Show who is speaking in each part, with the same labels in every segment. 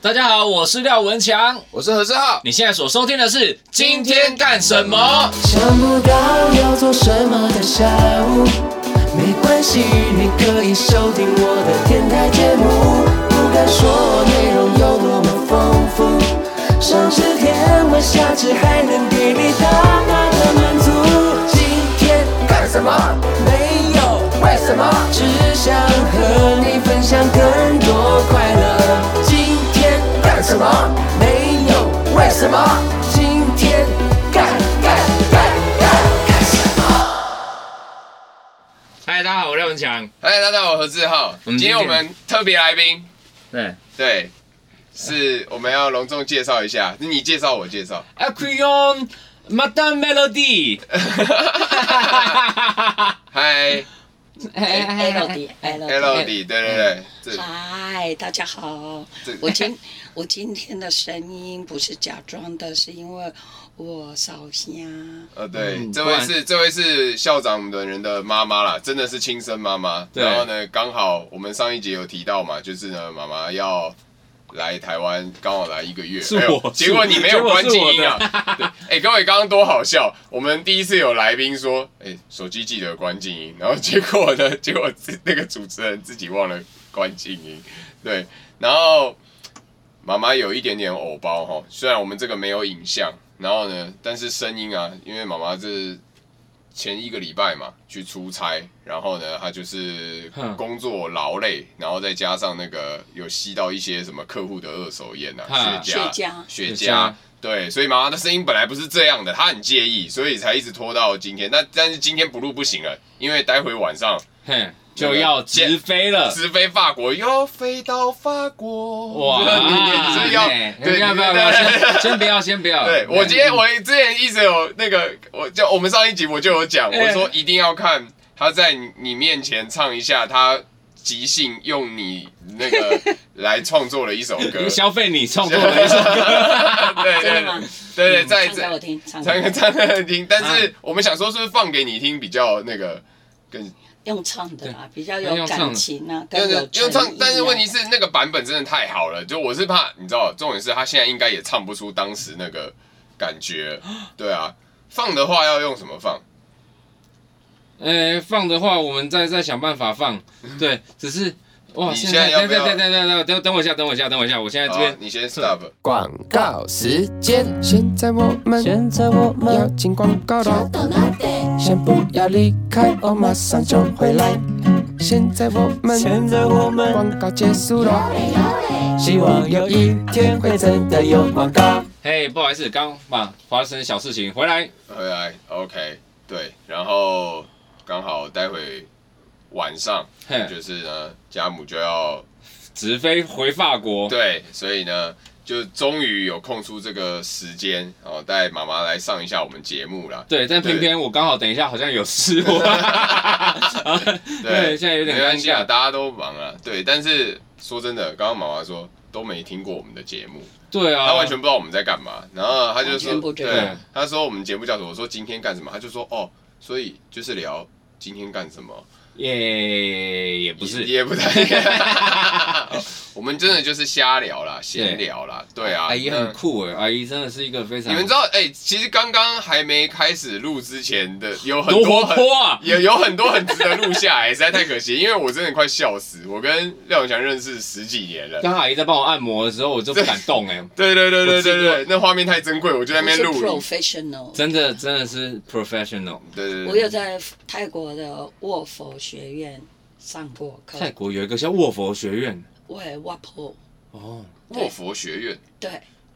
Speaker 1: 大家好，我是廖文强。
Speaker 2: 我是何志浩。
Speaker 1: 你现在所收听的是《今天干什么》。
Speaker 3: 想不到要做什么的下午，没关系，你可以收听我的电台节目。不敢说内容有多么丰富，上知天文下知还能给你大大的满足。今天干什么？没有为什么，只想和你分享更多快乐。今天干什么？没有为什么，今天干干干干干什么？
Speaker 1: 嗨，大家好，我廖文强。
Speaker 2: 嗨，大家好，我何志浩。
Speaker 1: 嗯
Speaker 2: 今天我们特别来宾，
Speaker 1: 对，
Speaker 2: 对，是我们要隆重介绍一下，你介绍我介绍。
Speaker 1: a c r i o n Madame Melody。
Speaker 2: 嗨
Speaker 4: 哎，Melody，Melody，
Speaker 2: ，Melody，对对对，这
Speaker 4: 嗨，大家好
Speaker 2: 这。
Speaker 4: 我今我今天的声音不是假装的，是因为我啊烧香。
Speaker 2: 呃对，
Speaker 1: 嗯
Speaker 2: 这
Speaker 1: 不
Speaker 2: 位
Speaker 1: 然
Speaker 2: 是这位是校长本人的妈妈啦，真的是亲生妈妈。
Speaker 1: 对
Speaker 2: 然后呢，刚好我们上一集有提到嘛，就是呢，妈妈要。来台湾刚好来一个月，
Speaker 1: 是
Speaker 2: 哎呦
Speaker 1: 我
Speaker 2: 结果你没
Speaker 1: 是
Speaker 2: 有
Speaker 1: 我
Speaker 2: 关静音
Speaker 1: 是
Speaker 2: 啊！ 对哎、各位刚刚多好笑，我们第一次有来宾说，哎、手机记得关静音，然后结果呢，结果自那个主持人自己忘了关静音，对，然后妈妈有一点点偶包哈，虽然我们这个没有影像，然后呢，但是声音啊，因为妈妈这前一个礼拜嘛去出差，然后呢，她就是
Speaker 1: 哼
Speaker 2: 工作劳累，然后再加上那个有吸到一些什么客户的二手烟啊
Speaker 1: 哈、
Speaker 2: 雪茄、
Speaker 4: 雪茄
Speaker 2: 雪
Speaker 1: 雪茄
Speaker 2: 茄。对，所以妈妈的声音本来不是这样的，她很介意，所以才一直拖到今天。那但是今天不录不行了，因为待会晚上
Speaker 1: 嘿，就要直飞 了。
Speaker 2: 直飞法国，又飞到法国。
Speaker 1: 哇！
Speaker 2: 你是要
Speaker 1: 嘿
Speaker 2: 对，
Speaker 1: 不要
Speaker 2: 你
Speaker 1: 不要不要，先先不要先不要。
Speaker 2: 对我今天我之前一直有那个，我就我们上一集我就有讲，
Speaker 1: 哎
Speaker 2: 我说一定要看他在你面前唱一下他即兴用你那个来创作了一首歌
Speaker 1: 因为。 消费 你创作的一首歌。
Speaker 2: 对对
Speaker 4: 真的
Speaker 2: 对
Speaker 4: 吗
Speaker 2: 对对，在
Speaker 4: 唱给我
Speaker 2: 在
Speaker 4: 听，唱给我
Speaker 2: 唱
Speaker 4: 听
Speaker 2: 歌唱歌很听，但是
Speaker 1: 啊
Speaker 2: 我们想说是不是放给你听比较那个更
Speaker 4: 用唱的啊啦，比较
Speaker 1: 用
Speaker 4: 有
Speaker 1: 唱的
Speaker 4: 感情啊，
Speaker 2: 就
Speaker 4: 更有
Speaker 2: 是就
Speaker 4: 诚意
Speaker 2: 唱
Speaker 4: 啊，
Speaker 2: 但是问题是那个版本真的太好了，就我是怕你知道，重点是他现在应该也唱不出当时那个感 觉，对啊。放的话要用什么放？
Speaker 1: 呃，放的话，我们再再想办法放。对，只是哇，
Speaker 2: 你
Speaker 1: 现
Speaker 2: 现
Speaker 1: 在等
Speaker 2: 在
Speaker 1: 等
Speaker 2: 要不要
Speaker 1: 等等等等等等我一下，等我一下，等我一下，我现在这
Speaker 2: 好
Speaker 1: 边
Speaker 2: 啊，你先 stop。
Speaker 4: 嗯
Speaker 3: 广告时间，现在我们现在我们要进广告了，先不要离开，我哦马上就回来。现在我们现在我们广告结束了，希望有一天会真的有广告。
Speaker 1: 嘿，不好意思，刚嘛发生小事情，回来。
Speaker 2: 回来，OK，对，然后刚好待会晚上
Speaker 4: 嗯
Speaker 1: 嘿，
Speaker 2: 就是呢，家母就要
Speaker 1: 直飞回法国。
Speaker 2: 对，所以呢，就终于有空出这个时间，然后带妈妈来上一下我们节目啦。
Speaker 1: 对，但偏偏我刚好等一下好像有事，我 对，现在有点
Speaker 2: 没
Speaker 1: 尴
Speaker 2: 关系啊，
Speaker 1: 尬。
Speaker 2: 大家都忙啊。对，但是说真的，刚刚妈妈说都没听过我们的节目，
Speaker 1: 对啊，
Speaker 2: 她完全不知道我们在干嘛。然后她就
Speaker 4: 完
Speaker 2: 说
Speaker 4: 全不，知道
Speaker 2: 对，她说我们节目叫什么？我说今天干什么？她就说哦，所以就是聊今天干什么。
Speaker 1: 也也不是。
Speaker 2: 也也不太。 我们真的就是瞎聊啦，闲聊啦，对啊。
Speaker 1: 阿姨
Speaker 2: 那
Speaker 1: 很酷哎，阿姨真的是一个非常
Speaker 2: 你们知道，哎、其实刚刚还没开始录之前的，有很
Speaker 1: 多活
Speaker 2: 很
Speaker 1: 泼啊！
Speaker 2: 也有很多很值得录下来，实 在太可惜，因为我真的快笑死。我跟廖永强认识十几年了，
Speaker 1: 刚刚阿姨在帮我按摩的时候，我就不敢动哎，
Speaker 2: 对对对对对
Speaker 1: 我
Speaker 2: 对，那画面太珍贵，我就在那边
Speaker 4: 不是
Speaker 2: 录。
Speaker 4: professional。
Speaker 1: 真的真的是 professional。
Speaker 2: 对对
Speaker 4: 我
Speaker 2: 对，
Speaker 4: 有在泰国的卧佛学院上过课，
Speaker 1: 泰国有一个叫卧佛学院
Speaker 4: 喂，卧佛，
Speaker 1: 哦，
Speaker 2: 卧佛学院，
Speaker 4: 对，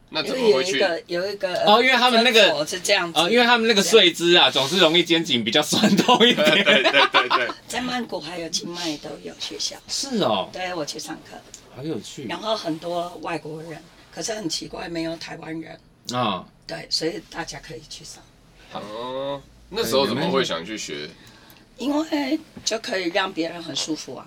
Speaker 2: 那
Speaker 4: 因
Speaker 2: 怎
Speaker 4: 为
Speaker 2: 么
Speaker 4: 有
Speaker 2: 会
Speaker 4: 一
Speaker 2: 去？
Speaker 4: 个有一个
Speaker 1: 哦因为他们那个
Speaker 4: 佛是这样子
Speaker 1: 啊，因为他们那个睡姿啊，总是容易肩颈比较酸痛一点。
Speaker 2: 对对 对对，
Speaker 4: 在曼谷还有清迈都有学校，
Speaker 1: 是哦，
Speaker 4: 对我去上课，
Speaker 1: 好有趣
Speaker 4: 然后很多外国人，可是很奇怪没有台湾人，
Speaker 1: 啊！
Speaker 4: 对，所以大家可以去上，
Speaker 2: 哦，那时候怎么会想去学？
Speaker 4: 因为就可以让别人很舒服啊。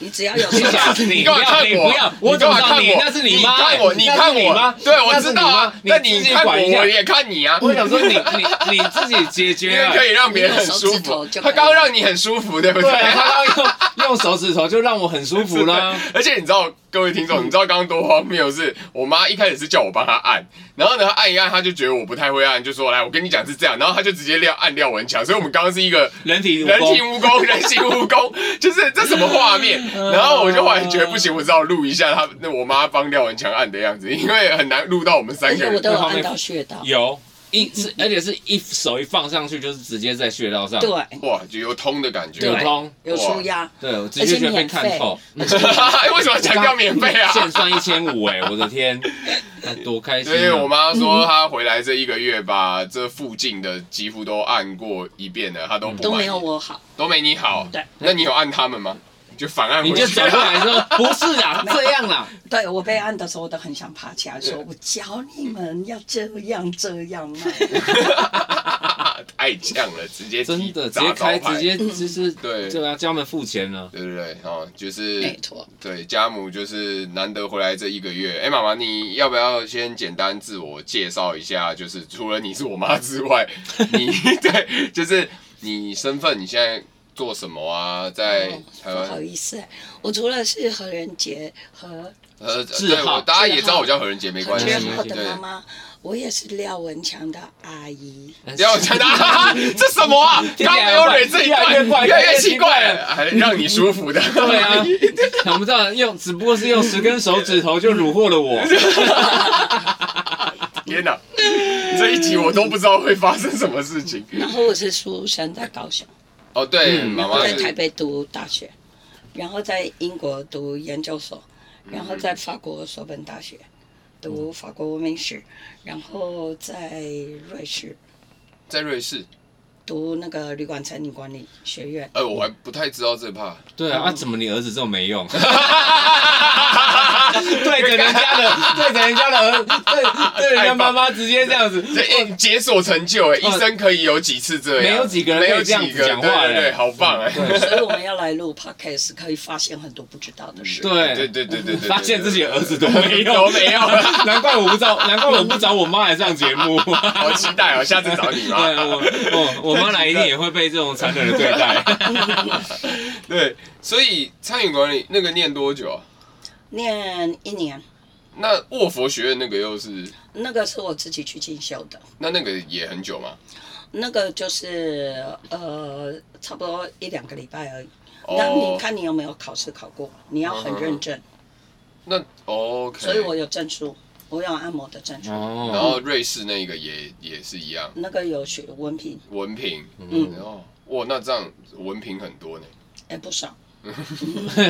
Speaker 4: 你只要有
Speaker 1: 你想你
Speaker 2: 你
Speaker 1: 不
Speaker 2: 干嘛
Speaker 1: 要，
Speaker 2: 看
Speaker 1: 你
Speaker 2: 我？
Speaker 1: 不要，我
Speaker 2: 你
Speaker 1: 怎
Speaker 2: 干
Speaker 1: 么
Speaker 2: 嘛
Speaker 1: 知道你？
Speaker 2: 看我？
Speaker 1: 那是
Speaker 2: 你
Speaker 1: 妈
Speaker 2: 看
Speaker 1: 欸，
Speaker 2: 我，你看
Speaker 1: 那是你妈
Speaker 2: 我，对，我
Speaker 1: 那是
Speaker 2: 知
Speaker 1: 你
Speaker 2: 道啊
Speaker 1: 妈。
Speaker 2: 那
Speaker 1: 自
Speaker 2: 你
Speaker 1: 己
Speaker 2: 看我，
Speaker 1: 管一下
Speaker 2: 我也看你啊。
Speaker 1: 我想 说你你你自己解
Speaker 2: 因
Speaker 1: 决
Speaker 2: 为
Speaker 1: 啊。
Speaker 2: 可以让别人很舒
Speaker 4: 用手指
Speaker 2: 服
Speaker 4: 头，就可
Speaker 2: 他
Speaker 4: 以
Speaker 2: 刚刚 让你很舒服，对不
Speaker 1: 啊 对，他刚刚用用手指头就让我很舒服啦。
Speaker 2: 而且你知道，各位听众，你知道刚刚多荒谬是？我妈一开始是叫我帮她按，然后呢，她按一按，她就觉得我不太会按，就说来，我跟你讲是这样，然后她就直接撂按廖文强，所以我们刚刚是一个
Speaker 1: 人体
Speaker 2: 人
Speaker 1: 蜈
Speaker 2: 形
Speaker 1: 蚣
Speaker 2: 蜈蚣，人形蜈蚣，就是这什么画面？然后我就后来觉得不行，我只好录一下他那我妈帮廖文强按的样子，因为很难录到我们
Speaker 4: 而
Speaker 2: 三个
Speaker 4: 且我都
Speaker 2: 人。
Speaker 4: 有按到穴道，
Speaker 1: 有一是，而且是一手一放上去就是直接在穴道上，
Speaker 4: 对，
Speaker 2: 哇，就有通的感觉
Speaker 1: 有。通，
Speaker 4: 有舒压，
Speaker 1: 对，我直接就被看透，
Speaker 2: 为什么 强调免费啊？
Speaker 1: 现算一千五哎，我的天， 那多开心
Speaker 2: 所以
Speaker 1: 啊！
Speaker 2: 我妈说她回来这一个月，把这附近的几乎都按过一遍了，她都不
Speaker 4: 都
Speaker 2: 满
Speaker 4: 没
Speaker 2: 意
Speaker 4: 有我好。
Speaker 2: 都没你好。
Speaker 4: 对
Speaker 2: 那你有按他们吗？就反按回
Speaker 1: 你
Speaker 2: 去
Speaker 1: 就走过来说不是啊，这样啦，
Speaker 4: 对我被按的时候，我都很想爬起来说：“我教你们要这样这 样那样。
Speaker 2: 太呛了，直接
Speaker 1: 真的直
Speaker 2: 砸
Speaker 1: 接
Speaker 2: 招牌
Speaker 1: 开，直接就是
Speaker 2: 对
Speaker 1: 对啊，叫他们付钱了。
Speaker 2: 对对对，哦，就”是
Speaker 4: 没错，
Speaker 2: 对，家母就是难得回来这一个月。哎，妈妈，你要不要先简单自我介绍一下？就是除了你是我妈 之外，你对，就是你身份，你现在做什么啊？在
Speaker 4: 哦
Speaker 2: 台
Speaker 4: 不好
Speaker 2: 湾，
Speaker 4: 意思，欸我除了是何仁杰和
Speaker 2: 呃，
Speaker 1: 志
Speaker 2: 对，
Speaker 1: 浩
Speaker 2: 我大家也知
Speaker 4: 志
Speaker 2: 道
Speaker 4: 浩
Speaker 2: 我叫何仁杰，没
Speaker 4: 何
Speaker 2: 关系，
Speaker 4: 仁浩的
Speaker 2: 对
Speaker 4: 妈。妈，我也是廖文强的阿姨。
Speaker 2: 要我强大，这什么啊？
Speaker 1: 听起来
Speaker 2: 刚没有蕊这一段，
Speaker 1: 越来越怪
Speaker 2: 越来
Speaker 1: 越来
Speaker 2: 越
Speaker 1: 越
Speaker 2: 奇
Speaker 1: 奇
Speaker 2: 怪
Speaker 1: 怪
Speaker 2: 了，还让你舒服的。
Speaker 1: 对啊， 想不到用，只不过是用十根手指头就虏获 了我。 啊
Speaker 2: 天哪，这一集我都不知道会发生什么事情。
Speaker 4: 然后我是出生在高雄，
Speaker 2: 哦，对，
Speaker 1: 嗯
Speaker 2: 妈妈
Speaker 4: 我在
Speaker 2: 是
Speaker 4: 台北读大学，然后在英国读研究所，然后在法国索本大学读法国文明史，然后在瑞士
Speaker 2: 在瑞士。
Speaker 4: 读那个旅馆餐饮管理学院。
Speaker 2: 呃，我还不太知道这怕。
Speaker 1: 对啊，啊怎么你儿子这么没 用？对着人家 的，对着人家的儿，对对着人家妈妈直接这 样子，
Speaker 2: 这哎解锁成就哎，一生可以有几次这样？
Speaker 1: 没有几个人
Speaker 2: 没有
Speaker 1: 可以这样
Speaker 2: 几
Speaker 1: 子
Speaker 2: 个，
Speaker 1: 讲话
Speaker 2: 对对对，
Speaker 1: 哎
Speaker 2: 好棒哎！
Speaker 4: 所以我们要来录 podcast，可以发现很多不知道的事。
Speaker 1: 对
Speaker 2: 对对对对对，
Speaker 1: 发现自己的儿子都没用，
Speaker 2: 都没用，
Speaker 1: 难怪我不找，难怪我不找我妈来上节 目。
Speaker 2: 好期待哦，下次找你
Speaker 1: 对，
Speaker 2: 妈。
Speaker 1: 我我我妈来一定也会被这种残忍的对待。
Speaker 2: 对，所以餐饮管理那个念多久啊？
Speaker 4: 念一年，
Speaker 2: 那卧佛学院那个又是，
Speaker 4: 那个是我自己去进修的，
Speaker 2: 那那个也很久嘛？
Speaker 4: 那个就是呃，差不多一两个礼拜而已。
Speaker 2: 哦
Speaker 4: 那你看你有没有考试考过？你要很认真，
Speaker 2: 那 OK，
Speaker 4: 所以我有证书，我有按摩的证书，
Speaker 2: 然
Speaker 1: 哦，
Speaker 2: 后瑞士那个也也是一样，
Speaker 4: 那个有学文凭，
Speaker 2: 文凭，
Speaker 4: 嗯
Speaker 2: 然后哇，那这样文凭很多呢，
Speaker 4: 哎、不 少。嗯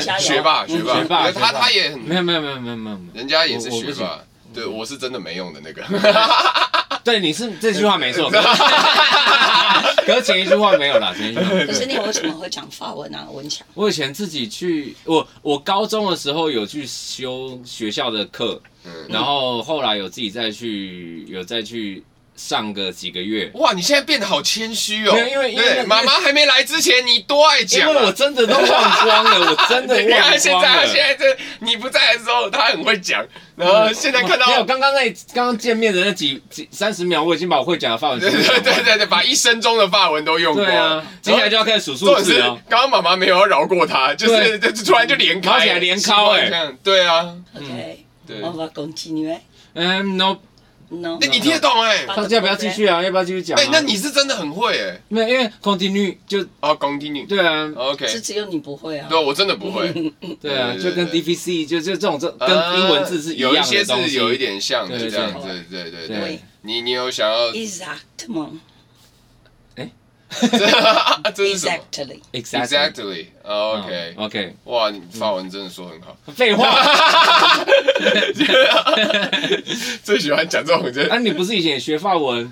Speaker 4: 加油！
Speaker 2: 学霸学霸，
Speaker 1: 学霸
Speaker 2: 因
Speaker 1: 学
Speaker 2: 为他
Speaker 1: 霸
Speaker 2: 他也很，
Speaker 1: 没有没有没有没有没有，没有
Speaker 2: 人家也是
Speaker 1: 我我不
Speaker 2: 学霸
Speaker 1: 行。
Speaker 2: 对，我是真的没用的那个，
Speaker 1: 对，你是这句话没 错，可是前一句话没有啦，前一句话没有。
Speaker 4: 可是你为什么会讲法文啊？文强，
Speaker 1: 我以前自己去，我我高中的时候有去修学校的课，
Speaker 2: 嗯，
Speaker 1: 然后后来有自己再去有再去上个几个月，
Speaker 2: 哇，你现在变得好谦虚哦，
Speaker 1: 没有因为因为
Speaker 2: 对
Speaker 1: 因为
Speaker 2: 妈妈还没来之前你多爱
Speaker 1: 因
Speaker 2: 讲
Speaker 1: 为我
Speaker 2: 啊。
Speaker 1: 真的都忘光了，我真的
Speaker 2: 你看现
Speaker 1: 忘光
Speaker 2: 在，
Speaker 1: 了
Speaker 2: 他现。在这你不在的时候，他很会讲，然后现在看
Speaker 1: 没有
Speaker 2: 到，
Speaker 1: 刚刚那刚刚见面的那几几三十秒，我已经把我会讲的范文
Speaker 2: 对 对对对对，把一生中的发文都用光
Speaker 1: 对
Speaker 2: 了
Speaker 1: 啊，，接下来就要开始数数
Speaker 2: 重点
Speaker 1: 字
Speaker 2: 是
Speaker 1: 哦。
Speaker 2: 刚刚妈妈没有要饶过他，就是就突然就连开，
Speaker 1: 毛起来连敲哎
Speaker 2: 这样对啊，
Speaker 4: OK，哦
Speaker 2: 对
Speaker 4: 我们 continue。
Speaker 1: 嗯，no，
Speaker 4: No，
Speaker 2: 那你听得懂哎、
Speaker 4: 好
Speaker 1: 大家不要继续啊，要不要继续讲啊？
Speaker 2: 哎、那你是真的很会哎、
Speaker 1: 没有，因为 continue 就
Speaker 2: 哦，continue，
Speaker 1: 对啊，
Speaker 2: ，OK，
Speaker 4: 是只有你不会啊
Speaker 2: 对，？我真的不会，
Speaker 1: 对啊，
Speaker 2: 对对
Speaker 1: 就 跟
Speaker 2: 对
Speaker 1: DVC 就就这种这跟
Speaker 2: 啊
Speaker 1: 英文字是一样
Speaker 2: 有一些
Speaker 1: 的东
Speaker 2: 是
Speaker 1: 西，
Speaker 2: 有一点像，
Speaker 1: 对
Speaker 2: 就
Speaker 1: 对
Speaker 2: 这样，
Speaker 4: 对
Speaker 2: 对对对
Speaker 1: 对
Speaker 2: 对。你你有想要
Speaker 4: Exactement,
Speaker 2: 这是什么
Speaker 4: exactly。
Speaker 1: exactly
Speaker 2: ？Exactly，哦
Speaker 5: Oh,
Speaker 1: 嗯
Speaker 2: OK，
Speaker 1: OK，
Speaker 2: 哇，你发文真的说很好，
Speaker 1: 废 话，
Speaker 2: 最喜欢讲这种，真
Speaker 5: 啊
Speaker 1: 那你不是以前也学法文？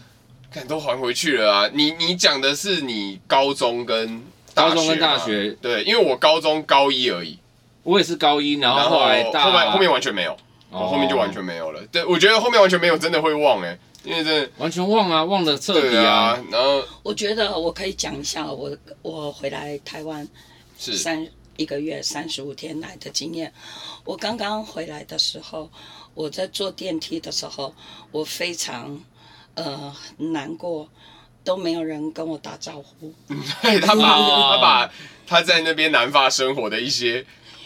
Speaker 2: 看都还回去了啊！你你讲的是你高中跟大学
Speaker 1: 高中跟大
Speaker 2: 吗
Speaker 1: 学
Speaker 2: 对，因为我高中高一而已，
Speaker 1: 我也是高一，然哦后
Speaker 2: 后
Speaker 1: 后来大
Speaker 2: 后面后面完全没有，我
Speaker 1: 哦
Speaker 2: 后面就完全没有了。对，我觉得后面完全没有真的会忘哎、因为真的
Speaker 1: 完全忘啊，忘的彻底
Speaker 2: 对
Speaker 1: 啊
Speaker 2: 啊，，然后
Speaker 4: 我觉得我可以讲一下我我回来台湾
Speaker 2: 是
Speaker 4: 三一个月三十五天来的经验。我刚刚回来的时候，我在坐电梯的时候，我非常呃难过，都没有人跟我打招呼。
Speaker 2: 对他把
Speaker 1: 哦
Speaker 2: 他把他在那边南法生活的一些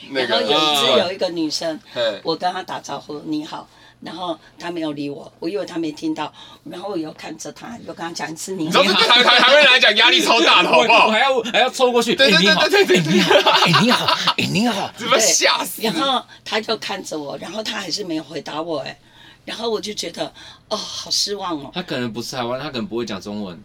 Speaker 2: 那
Speaker 4: 然后有一
Speaker 5: 啊
Speaker 4: 次
Speaker 2: 个，
Speaker 4: 有一个女生，
Speaker 2: 嗯，
Speaker 4: 我跟她打招呼你好，然后她没有理我，我以为她没听到，然后我又看着她，又跟她讲一次你
Speaker 2: 你知
Speaker 4: 好
Speaker 2: 道，这对台台台湾人来讲压力超大的，好不
Speaker 5: 我我
Speaker 2: 好
Speaker 5: 还？要还要凑过去，
Speaker 2: 对
Speaker 5: 哎，
Speaker 2: 对
Speaker 5: 你好，
Speaker 2: 对对对对，
Speaker 5: 哎，你好，哎，你好，
Speaker 2: 怎么吓死？
Speaker 4: 然后她就看着我，然后她还是没有回答我、哎，然后我就觉得哦，好失望哦，
Speaker 5: 他可能不是台湾，他可能不会讲中文，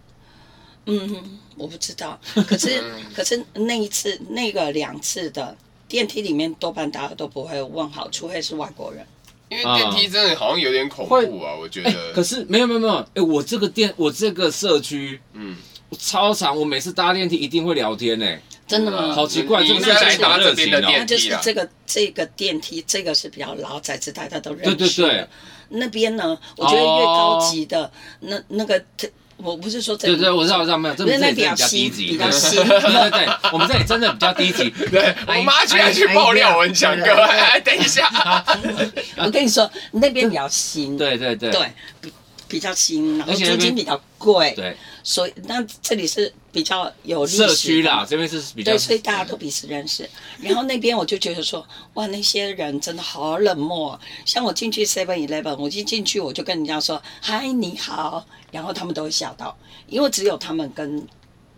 Speaker 4: 嗯，我不知道，可是可是那一次那个两次的电梯里面，多半大家都不会问好，除非是外国人。
Speaker 2: 因为电梯真的好像有点恐怖啊，我觉
Speaker 5: 哎，可
Speaker 2: 得。
Speaker 5: 是没有没有没有，哎，我这个店，我这个社区
Speaker 2: 嗯，
Speaker 5: 超长，我每次搭电梯一定会聊天呢，
Speaker 4: 真的
Speaker 2: 嗯
Speaker 4: 吗？
Speaker 5: 好奇啊怪
Speaker 2: 你
Speaker 5: 这个
Speaker 2: 应
Speaker 5: 是
Speaker 2: 该
Speaker 4: 假
Speaker 2: 来
Speaker 4: 的
Speaker 2: 搭这边的
Speaker 5: 那
Speaker 4: 那
Speaker 2: 电
Speaker 4: 就
Speaker 2: 梯
Speaker 4: 是
Speaker 2: 啦。
Speaker 4: 这个这个电梯，这个是比较老宅子，大家都认
Speaker 5: 对
Speaker 4: 识。
Speaker 5: 对对，
Speaker 4: 那边呢，我觉得越高级的、那那个，我不是说这
Speaker 5: 对
Speaker 4: 里
Speaker 5: 对，我知道我知道，没有，这
Speaker 4: 因为
Speaker 5: 边
Speaker 4: 那
Speaker 5: 这
Speaker 4: 比
Speaker 5: 里
Speaker 4: 较
Speaker 5: 比较低
Speaker 4: 新，
Speaker 5: 级，
Speaker 4: 比较
Speaker 5: 对
Speaker 4: 新。
Speaker 5: 对对对，我们这里真的比较低 级。
Speaker 2: 对，我妈居然去爆料文强哥，哎，等一下，
Speaker 4: 我跟你说，那边比较新，
Speaker 5: 啊对对对
Speaker 4: 对，比比较新，然后
Speaker 5: 而且
Speaker 4: 租
Speaker 5: 那边
Speaker 4: 金比较贵，
Speaker 5: 对，
Speaker 4: 所以那这里是比较有历史的
Speaker 5: 社区啦，，这边是比较
Speaker 4: 对，所以大家都彼此认识。然后那边我就觉得说，哇，那些人真的好冷漠哦。像我进去 Seven Eleven，我一进去我就跟人家说嗨你好，然后他们都会吓到，因为只有他们跟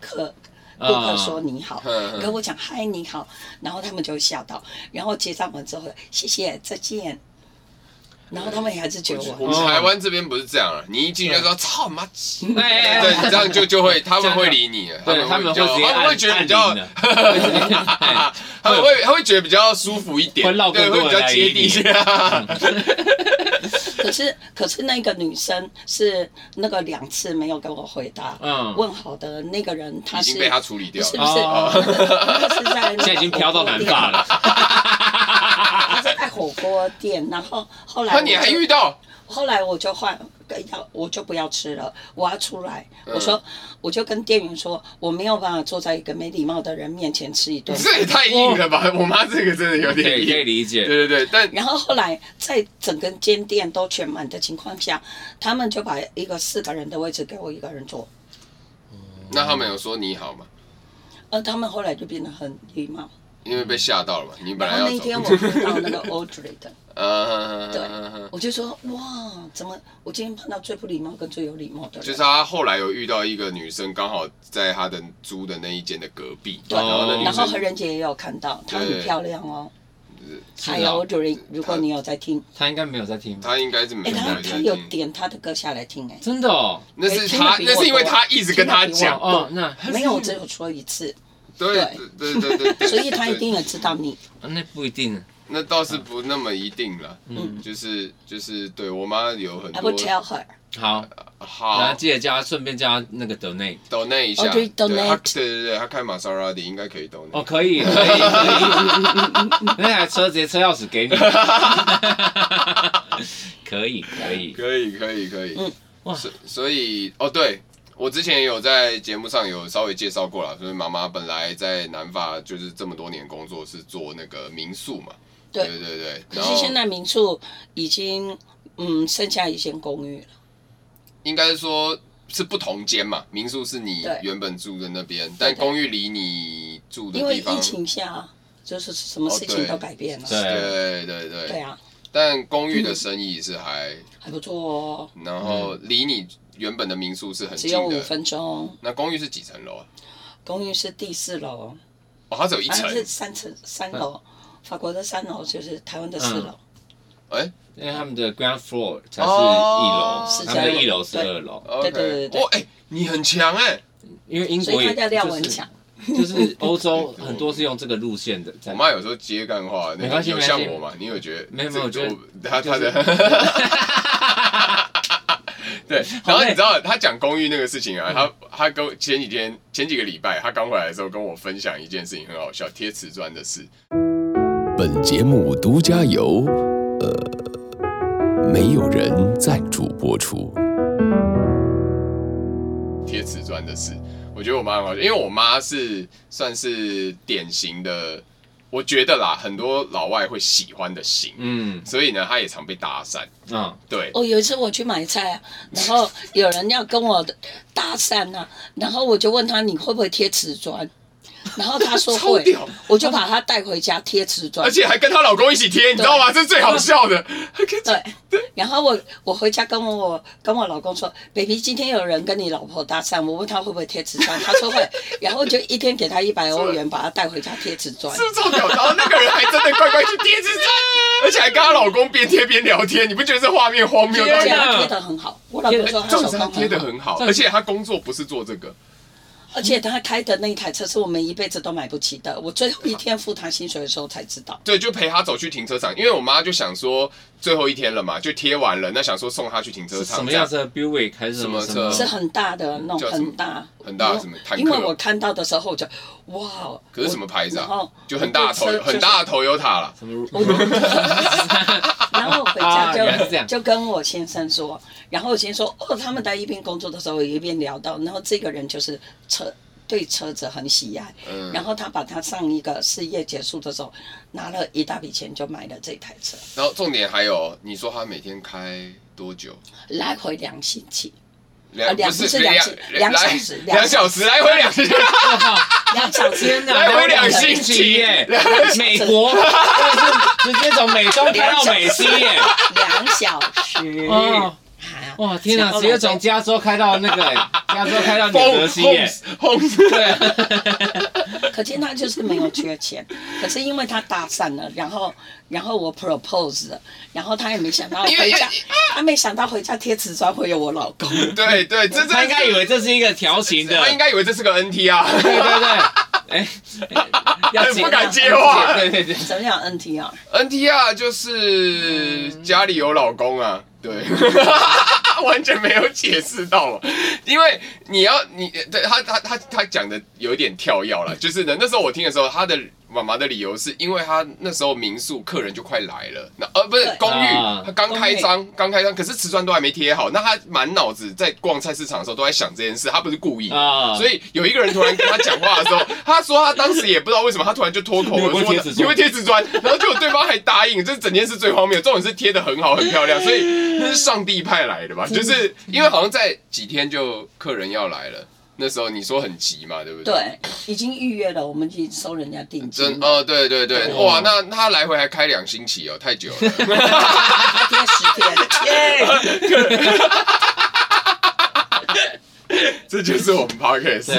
Speaker 4: 客顾客
Speaker 5: 啊
Speaker 4: 说你好，
Speaker 2: 嗯
Speaker 4: 跟我讲嗨你好，然后他们就会吓到。然后结账完之后，谢谢再见，然后他们也还是觉得
Speaker 2: 我
Speaker 4: 我
Speaker 2: 们台湾这边不是这样啊，你一进去就说操妈鸡，
Speaker 5: 哎哎
Speaker 2: 对，
Speaker 5: 哎
Speaker 2: 这样就就会他们会理你了，
Speaker 5: 对
Speaker 2: 他们会比较
Speaker 5: 他们会直接按
Speaker 2: 他们会觉得比较，
Speaker 5: 按铃 的
Speaker 2: 他们会他会觉得比较舒服一点，
Speaker 5: 会绕
Speaker 2: 对，
Speaker 5: 更
Speaker 2: 会
Speaker 5: 多人
Speaker 2: 比较
Speaker 5: 来
Speaker 2: 接
Speaker 5: 理
Speaker 2: 地
Speaker 5: 你
Speaker 2: 气。
Speaker 4: 可是可是那个女生是那个两次没有给我回答，
Speaker 5: 嗯
Speaker 4: 问好的那个人她
Speaker 2: 已
Speaker 4: 是
Speaker 2: 经被他处理掉
Speaker 4: 是
Speaker 2: 了
Speaker 4: 不。是？
Speaker 5: 哦
Speaker 4: 那个那个是在那个
Speaker 5: 现在已经飘到南法 了。
Speaker 4: 火锅店，她是在火锅店，然后后来
Speaker 2: 那
Speaker 4: 我
Speaker 2: 你
Speaker 4: 就
Speaker 2: 还遇到？
Speaker 4: 后来我就换要我就不要吃了，我要出来。
Speaker 2: 嗯
Speaker 4: 我说我就跟店员说我没有办法坐在一个没礼貌的人面前吃一顿饭。
Speaker 2: 这也太硬了吧！我妈这个真的有
Speaker 5: 可
Speaker 2: 点
Speaker 5: 以可以
Speaker 2: 硬。
Speaker 5: 理
Speaker 2: 对
Speaker 5: 解，
Speaker 2: 对对，但
Speaker 4: 然后后来在整个间店都全满的情况下，他们就把一个四个人的位置给我一个人坐。
Speaker 2: 那他们有说你好吗？
Speaker 4: 呃，他们后来就变得很礼貌。
Speaker 2: 因为被吓到了嘛，你本
Speaker 4: 然
Speaker 2: 来
Speaker 4: 后
Speaker 2: 要
Speaker 4: 那一天我
Speaker 2: 走。
Speaker 4: 碰到那个 Audrey 的，
Speaker 2: 呃，
Speaker 4: 对我就说哇，怎么我今天碰到最不礼貌跟最有礼貌的人？
Speaker 2: 就是他后来有遇到一个女生，刚好在他的租的那一间的隔壁，
Speaker 4: 对，
Speaker 2: 然后那女
Speaker 4: 然后
Speaker 2: 生
Speaker 4: 何仁杰也有看到，她
Speaker 2: 对
Speaker 4: 很漂亮哦。
Speaker 5: 是
Speaker 4: 还有
Speaker 5: 哦
Speaker 4: Audrey，如果你有在听，
Speaker 5: 他应该没有在听吧，
Speaker 2: 她应该是没
Speaker 4: 哎，
Speaker 2: 有
Speaker 4: 她
Speaker 2: 在
Speaker 4: 她有
Speaker 2: 听，
Speaker 4: 点她的歌下来听哎，
Speaker 5: 真的哦，
Speaker 2: 那是他，那是因为他一直跟他讲，
Speaker 5: 哦，那
Speaker 4: 没有，我只有说 一次，
Speaker 2: 对对对对对，
Speaker 4: 所以她一定也嗯知道你。
Speaker 5: 那不一定，
Speaker 2: 那倒是不那么一定了，
Speaker 4: 嗯
Speaker 2: 就是就是对我妈有 很
Speaker 4: I will
Speaker 2: 多
Speaker 4: tell her，
Speaker 5: 好，然后
Speaker 2: 好
Speaker 5: 记得加，顺便加那个 donate，
Speaker 2: donate 一下，
Speaker 4: 哦对
Speaker 2: 对，
Speaker 4: ，donate
Speaker 2: 他对对对，他开玛莎拉蒂应该可以 donate，
Speaker 5: 哦，可以，可 以，可以，那台车直接车钥匙给你， 可以，可以，
Speaker 2: 可以可以可以，
Speaker 4: 嗯
Speaker 5: 哇
Speaker 2: 所所以哦，对我之前有在节目上有稍微介绍过了，就是妈妈本来在南法就是这么多年工作是做那个民宿嘛，
Speaker 4: 对
Speaker 2: 对对对，
Speaker 4: 可
Speaker 2: 然
Speaker 4: 是
Speaker 2: 后
Speaker 4: 现在民宿已经嗯剩下一间公寓了，
Speaker 2: 应该是说是不同间嘛，民宿是你
Speaker 4: 对
Speaker 2: 原本住的那边，但
Speaker 4: 对对
Speaker 2: 公寓离你住的
Speaker 4: 因为
Speaker 2: 地方
Speaker 4: 疫，情下就是什么事
Speaker 2: 哦对
Speaker 4: 情都改变了，
Speaker 5: 对
Speaker 2: 对对对，
Speaker 4: 对啊，
Speaker 2: 但公寓的生意是还，
Speaker 4: 还不错哦，
Speaker 2: 然后离你原本的民宿是很
Speaker 4: 只
Speaker 2: 近
Speaker 4: 有五
Speaker 2: 的。
Speaker 4: 分钟。
Speaker 2: 那公寓是几层楼啊？
Speaker 4: 公寓是第四楼，
Speaker 2: 哦，它只有一
Speaker 4: 反
Speaker 2: 层
Speaker 4: 正。是三层三楼，法国的三楼就是台湾的四楼，
Speaker 2: 哎
Speaker 5: 因为他们的 ground floor 才是一
Speaker 2: 哦
Speaker 5: 楼
Speaker 4: 是，
Speaker 5: 他
Speaker 4: 这
Speaker 5: 们
Speaker 4: 样
Speaker 5: 的一楼是二楼，
Speaker 2: ，OK，
Speaker 4: 对对对对对
Speaker 2: 哦，哎，你很强哎！
Speaker 5: 因为英
Speaker 4: 所
Speaker 5: 国
Speaker 4: 以
Speaker 5: 也
Speaker 4: 他叫廖文
Speaker 5: 就是
Speaker 4: 强。
Speaker 5: 就是欧洲很多是用这个路线的，
Speaker 2: 我妈有时候接干话，
Speaker 5: 没
Speaker 2: 那个
Speaker 5: 关系
Speaker 2: 有
Speaker 5: 没关
Speaker 2: 像
Speaker 5: 系
Speaker 2: 我嘛？你有觉得？
Speaker 5: 没有没有
Speaker 2: 这个
Speaker 5: 我觉得
Speaker 2: 她她的
Speaker 5: 就
Speaker 2: 对，然
Speaker 5: 好
Speaker 2: 后
Speaker 5: 累嗯
Speaker 2: 你知道她讲公寓那个事情啊，她她跟我前几天前几个礼拜，她刚回来的时候跟我分享一件事情，很好笑，贴瓷砖的事。
Speaker 6: 本节目独家由呃没有人赞助播出。
Speaker 2: 贴瓷砖的事，我觉得我妈很好笑，因为我妈是算是典型的，我觉得啦，很多老外会喜欢的型，
Speaker 5: 嗯
Speaker 2: 所以呢，她也常被搭讪。
Speaker 5: 啊，
Speaker 2: 对，
Speaker 4: 哦，有一次我去买菜啊，然后有人要跟我搭讪啊，然后我就问他你会不会贴瓷砖，然后她说
Speaker 2: 超
Speaker 4: 会
Speaker 2: 屌，
Speaker 4: 我就把她带回家贴瓷 砖
Speaker 2: 而。且还跟她老公一起贴，你知道吗？这是最好笑 的。还跟
Speaker 4: 对，然后我我回家跟我跟我老公说，baby，今天有人跟你老婆搭讪，我问他会不会贴瓷砖，他 说会，然后就一天给他一百欧元，把他带回家贴瓷砖
Speaker 2: 是。不是超屌？然后那个人还真的乖乖去贴 纸上，而且还跟她老公边贴边聊天，你不觉得这画面荒 谬到
Speaker 4: 而
Speaker 2: 一
Speaker 4: 且
Speaker 5: 天
Speaker 2: 个？
Speaker 5: 啊
Speaker 4: 他贴的很好，我老公说他
Speaker 2: 重
Speaker 4: 手
Speaker 2: 点是他
Speaker 4: 工
Speaker 2: 贴的
Speaker 4: 很好，
Speaker 2: 很好，而且他工作不是做这个，
Speaker 4: 而且他开的那一台车是我们一辈子都买不起的。我最后一天付他薪水的时候才知道，
Speaker 2: 对，就陪他走去停车场，因为我妈就想说最后一天了嘛，就贴完了，那想说送他去停车
Speaker 5: 是
Speaker 2: 场，
Speaker 5: 什么
Speaker 2: 这
Speaker 5: 样子的 Buick 还是什么
Speaker 2: 什
Speaker 5: 什
Speaker 2: 么
Speaker 5: 么？
Speaker 4: 是很大的那
Speaker 2: 嗯叫
Speaker 4: 种
Speaker 2: 什么
Speaker 4: 很大
Speaker 2: 很大
Speaker 4: 因为
Speaker 2: 什么坦克
Speaker 4: 因为我看到的时候我就哇，
Speaker 2: 可是
Speaker 4: 我
Speaker 2: 什么牌子
Speaker 4: 然
Speaker 2: 啊
Speaker 4: 后？
Speaker 2: 就很大的头
Speaker 4: 哦我就，车
Speaker 2: 很大的 Toyota 啦。
Speaker 5: 什么？
Speaker 4: 然后回
Speaker 5: 啊
Speaker 4: 家就、
Speaker 5: 原来是这样
Speaker 4: 就跟我先生说，然后我先生说哦，他们在一边工作的时候一边聊到，然后这个人就是车对车子很喜爱，
Speaker 2: 嗯
Speaker 4: 然后他把他上一个事业结束的时候拿了一大笔钱就买了这台车，
Speaker 2: 然后重点还有，你说他每天开多久？
Speaker 4: 来回两星期，
Speaker 2: 两
Speaker 4: 啊两
Speaker 2: 不是
Speaker 4: 是两
Speaker 2: 两
Speaker 4: 两小
Speaker 2: 来
Speaker 4: 时两
Speaker 2: 两小时来回两小时，
Speaker 4: 两小时
Speaker 5: 天哪，
Speaker 2: 来回两
Speaker 5: 星
Speaker 2: 星期
Speaker 5: 期耶！美国，真的是直接从美东开到美西 耶！
Speaker 4: 两小时，
Speaker 2: 嗯
Speaker 5: 哦，
Speaker 4: 啊
Speaker 5: 哇，天哪，
Speaker 4: 然后
Speaker 5: 直
Speaker 4: 来
Speaker 5: 接从加州开到那个耶， 加州开到纽泽西耶！
Speaker 2: 轰
Speaker 5: 对啊，
Speaker 4: 可见他就是没有 缺钱，可是因为他搭讪了，然后然后我 propose 了，然后他也没想到
Speaker 2: 因为
Speaker 4: 回
Speaker 2: 因为
Speaker 4: 家，他没想到回家贴瓷砖会有我老 公，
Speaker 2: 对对，这这
Speaker 5: 他应该以为这是一个调情的，
Speaker 2: 他应该以为这是个 NT 啊，
Speaker 5: 对对对，哎，要接
Speaker 2: 不敢接话
Speaker 5: 对对对，
Speaker 4: 怎么样 NTR？
Speaker 2: NT 啊就是家里有老公啊，对， 完全没有解释到嘛，因为你要你对他他他他讲的有一点跳药了，就是呢那时候我听的时候，他的妈妈的理由是因为他那时候民宿客人就快来了，那呃不是
Speaker 4: 对
Speaker 2: 公寓
Speaker 5: 啊，
Speaker 2: 他刚开张刚开张，可是瓷砖都还没贴好，那他满脑子在逛菜市场的时候都在想这件事，他不是故意的
Speaker 5: 啊
Speaker 2: 所以有一个人突然跟他讲话的时候，他说他当时也不知道为什么，他突然就脱口而
Speaker 5: 你会
Speaker 2: 出
Speaker 5: 贴
Speaker 2: 的
Speaker 5: 瓷砖
Speaker 2: 你会贴瓷砖，然后结果对方还答应，这整件事最荒谬。重点是贴的很好，很漂亮，所以那是上帝派来的吧？就是因为好像在几天就客人要来了，那时候你说很急嘛，对不对？。
Speaker 4: 对，已经预约了，我们已经收人家定
Speaker 2: 真
Speaker 4: 金了，
Speaker 2: 哦，对对对，
Speaker 5: 哇
Speaker 2: 哇，那他来回还开两星期哦，太久了。
Speaker 4: 他贴十天，
Speaker 2: 这就是我们 podcast。